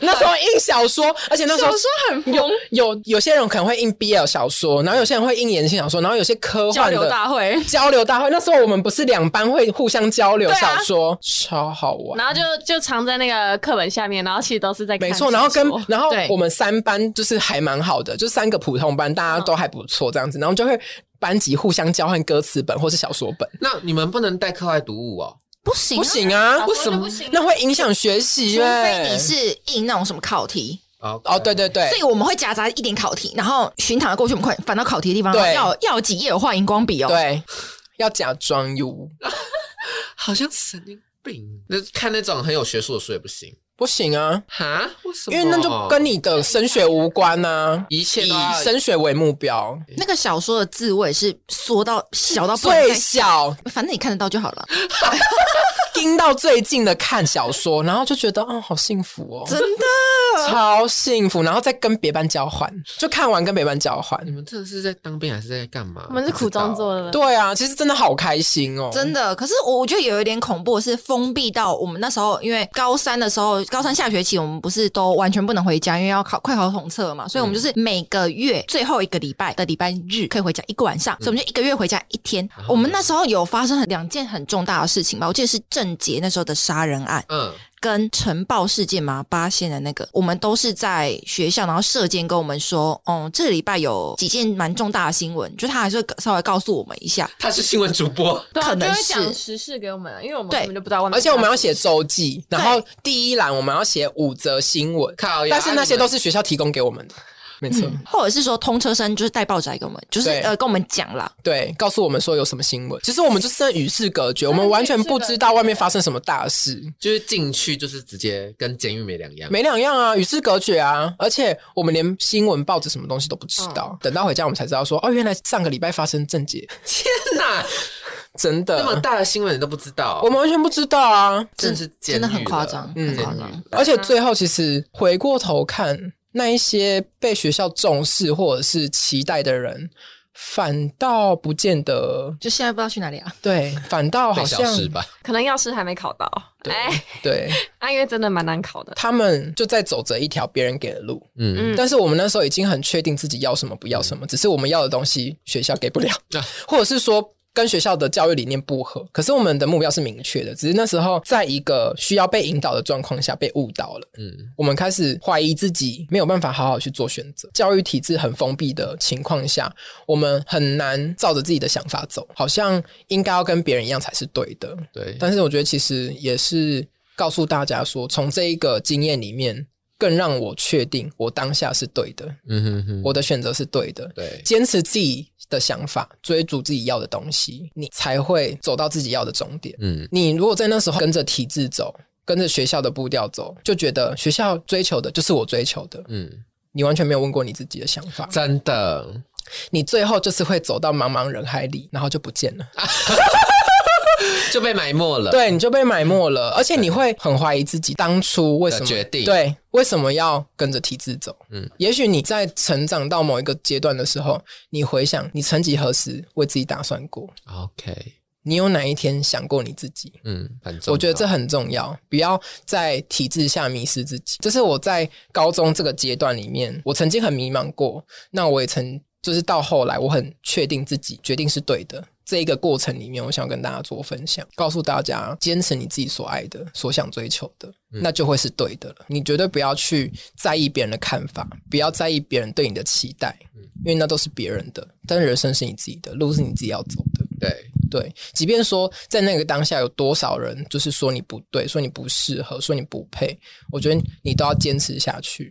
[SPEAKER 2] 那时候印小说，而且那时候
[SPEAKER 5] 小说很疯，
[SPEAKER 2] 有有些人可能会印 BL 小说，然后有些人会印言情小说，然后有些科
[SPEAKER 5] 交
[SPEAKER 2] 幻
[SPEAKER 5] 流
[SPEAKER 2] 的
[SPEAKER 5] 大会，
[SPEAKER 2] 交流大会。那时候我们不是两班会互相交
[SPEAKER 5] 啊
[SPEAKER 2] 流小说，超好玩。
[SPEAKER 5] 然后就就藏在那个课本下面，然后其实都是在看
[SPEAKER 2] 没错，
[SPEAKER 5] 小
[SPEAKER 2] 然后跟
[SPEAKER 5] 说
[SPEAKER 2] 然后
[SPEAKER 1] 对
[SPEAKER 2] 我们三班就是还蛮好的，就三个普通班，大家都还不错这
[SPEAKER 5] 嗯
[SPEAKER 2] 样子，然后就会班级互相交换歌词本或是小说本，
[SPEAKER 3] 那你们不能带课外读物哦。
[SPEAKER 1] 不行、啊，
[SPEAKER 2] 不行啊，
[SPEAKER 5] 小
[SPEAKER 2] 为
[SPEAKER 5] 说
[SPEAKER 2] 什
[SPEAKER 5] 就
[SPEAKER 2] 么
[SPEAKER 5] 不行？
[SPEAKER 2] 那会影响学习
[SPEAKER 1] 除
[SPEAKER 2] 耶。
[SPEAKER 1] 非你是印那种什么考题，
[SPEAKER 2] 哦，对对对
[SPEAKER 1] 所，以我们会夹杂一点考题，然后巡堂过去，我们快点翻到考题的地方，
[SPEAKER 2] 对
[SPEAKER 1] 然后要要有几页有画荧光笔哦。
[SPEAKER 2] 对，要假装有，
[SPEAKER 3] 好像神经病。那看那种很有学术的书也不行
[SPEAKER 2] 不行啊，
[SPEAKER 3] 哈？为什
[SPEAKER 2] 因
[SPEAKER 3] 么？
[SPEAKER 2] 为那就跟你的升学无关呐、啊，
[SPEAKER 3] 一切
[SPEAKER 2] 以
[SPEAKER 3] 都要
[SPEAKER 2] 升学为目标，
[SPEAKER 1] 那个小说的字位是缩到小
[SPEAKER 3] 哦
[SPEAKER 1] 到不能
[SPEAKER 2] 最
[SPEAKER 1] 再，
[SPEAKER 2] 小
[SPEAKER 1] 反正你看得到就好了，
[SPEAKER 2] 盯到最近的看小说，然后就觉得哦，好幸福哦，
[SPEAKER 1] 真的。
[SPEAKER 2] 超幸福，然后再跟别班交换，就看完跟别班交换
[SPEAKER 3] 你。们真的是在当兵还是在干嘛？
[SPEAKER 5] 我们是苦中作乐，
[SPEAKER 2] 对啊，其实真的好开心哦，
[SPEAKER 1] 真的，可是我我觉得有一点恐怖，是封闭到我们那时候，因为高三的时候，高三下学期我们不是都完全不能回家，因为要考快考统测嘛，所以我们就是每个月最后一个礼拜的礼拜日可以回家一个晚上，所以我们就一个月回家一天。
[SPEAKER 3] 然后
[SPEAKER 1] 我
[SPEAKER 3] 呢
[SPEAKER 1] 们那时候有发生很两件很重大的事情吧，我记得是郑杰那时候的杀人案
[SPEAKER 3] 嗯，
[SPEAKER 1] 跟晨报事件嘛，八仙的那个，我们都是在学校，然后社监跟我们说，哦、这个礼拜有几件蛮重大的新闻，就他还是会稍微告诉我们一下。
[SPEAKER 3] 他是新闻主 播，
[SPEAKER 5] 对啊，
[SPEAKER 1] 可能
[SPEAKER 5] 就会讲
[SPEAKER 1] 是
[SPEAKER 5] 时事给我们，因为我们
[SPEAKER 1] 对
[SPEAKER 5] 根本就不知道外面。
[SPEAKER 2] 而且我们要写，周记，然后第一栏我们要写五则新闻，
[SPEAKER 3] 靠呀！
[SPEAKER 2] 但是那些都是学校提供给我们的，没错，
[SPEAKER 3] 嗯
[SPEAKER 1] 或者是说通车生就是带报纸来给我们，就是
[SPEAKER 2] 对
[SPEAKER 1] 呃跟我们讲啦。
[SPEAKER 2] 对，告诉我们说有什么新闻。其实我们就是真的与世隔绝，我们完全不知道外面发生什么大事，
[SPEAKER 3] 就是进去就是直接跟监狱没两样。
[SPEAKER 2] 没两样啊，与世隔绝啊。而且我们连新闻、报纸什么东西都不知道，
[SPEAKER 3] 嗯
[SPEAKER 2] 等到回家我们才知道说，哦，原来上个礼拜发生症结，
[SPEAKER 3] 天哪，
[SPEAKER 2] 真
[SPEAKER 3] 啊那么
[SPEAKER 2] 的，
[SPEAKER 3] 大的新闻你都不知道，
[SPEAKER 2] 我们完全不知道啊。
[SPEAKER 3] 真是
[SPEAKER 1] 真
[SPEAKER 3] 监狱嗯
[SPEAKER 1] 的很夸张
[SPEAKER 3] 了，
[SPEAKER 1] 很夸
[SPEAKER 3] 监
[SPEAKER 1] 张
[SPEAKER 3] 狱。
[SPEAKER 2] 而且最后其实回过头看，那一些被学校重视或者是期待的人。反倒不见得，
[SPEAKER 1] 就现在不知道去哪里啊？
[SPEAKER 2] 对，反倒好
[SPEAKER 3] 被
[SPEAKER 2] 像
[SPEAKER 3] 消失吧？
[SPEAKER 5] 可能药师还没考到，哎，
[SPEAKER 2] 对
[SPEAKER 5] 啊，因为真的蛮难考的。
[SPEAKER 2] 他们就在走着一条别人给的路，
[SPEAKER 3] 嗯，
[SPEAKER 5] 嗯，
[SPEAKER 2] 但是我们那时候已经很确定自己要什么，不要什么，只是我们要的东西学校给不了
[SPEAKER 3] 啊，
[SPEAKER 2] 或者是说跟学校的教育理念不合。可是我们的目标是明确的，只是那时候在一个需要被引导的状况下被误导了。
[SPEAKER 3] 嗯，
[SPEAKER 2] 我们开始怀疑自己没有办法好好去做选择。教育体制很封闭的情况下，我们很难照着自己的想法走，好像应该要跟别人一样才是对的。
[SPEAKER 3] 对，
[SPEAKER 2] 但是我觉得其实也是告诉大家说，从这一个经验里面，更让我确定我当下是对的，
[SPEAKER 3] 嗯哼哼，
[SPEAKER 2] 我的选择是对的。
[SPEAKER 3] 对
[SPEAKER 2] 坚持自己的想法，追逐自己要的东西，你才会走到自己要的终点。
[SPEAKER 3] 嗯
[SPEAKER 2] 你如果在那时候跟着体制走，跟着学校的步调走，就觉得学校追求的就是我追求的，
[SPEAKER 3] 嗯，
[SPEAKER 2] 你完全没有问过你自己的想法，
[SPEAKER 3] 真的，
[SPEAKER 2] 你最后就是会走到茫茫人海里，然后就不见了。
[SPEAKER 3] 就被埋没了。，
[SPEAKER 2] 对，你就被埋没了，而且你会很怀疑自己当初为什么
[SPEAKER 3] 嗯的决定
[SPEAKER 2] 对，为什么要跟着体制走？嗯
[SPEAKER 3] 嗯，
[SPEAKER 2] 也许你在成长到某一个阶段的时候，你回想你曾几何时为自己打算过，
[SPEAKER 3] OK，
[SPEAKER 2] 你有哪一天想过你自己？
[SPEAKER 3] 嗯，很重要
[SPEAKER 2] 我觉得这很重要，不要在体制下迷失自己。这是我在高中这个阶段里面，我曾经很迷茫过，那我也曾就是到后来，我很确定自己决定是对的，这一个过程里面，我想跟大家做分享，告诉大家，坚持你自己所爱的、所想追求的，
[SPEAKER 3] 嗯
[SPEAKER 2] 那就会是对的了。你绝对不要去在意别人的看法，不要在意别人对你的期待，
[SPEAKER 3] 嗯
[SPEAKER 2] 因为那都是别人的。但人生是你自己的，路是你自己要走的。
[SPEAKER 3] 对，
[SPEAKER 2] 对，即便说在那个当下有多少人就是说你不对，说你不适合，说你不配，我觉得你都要坚持下去。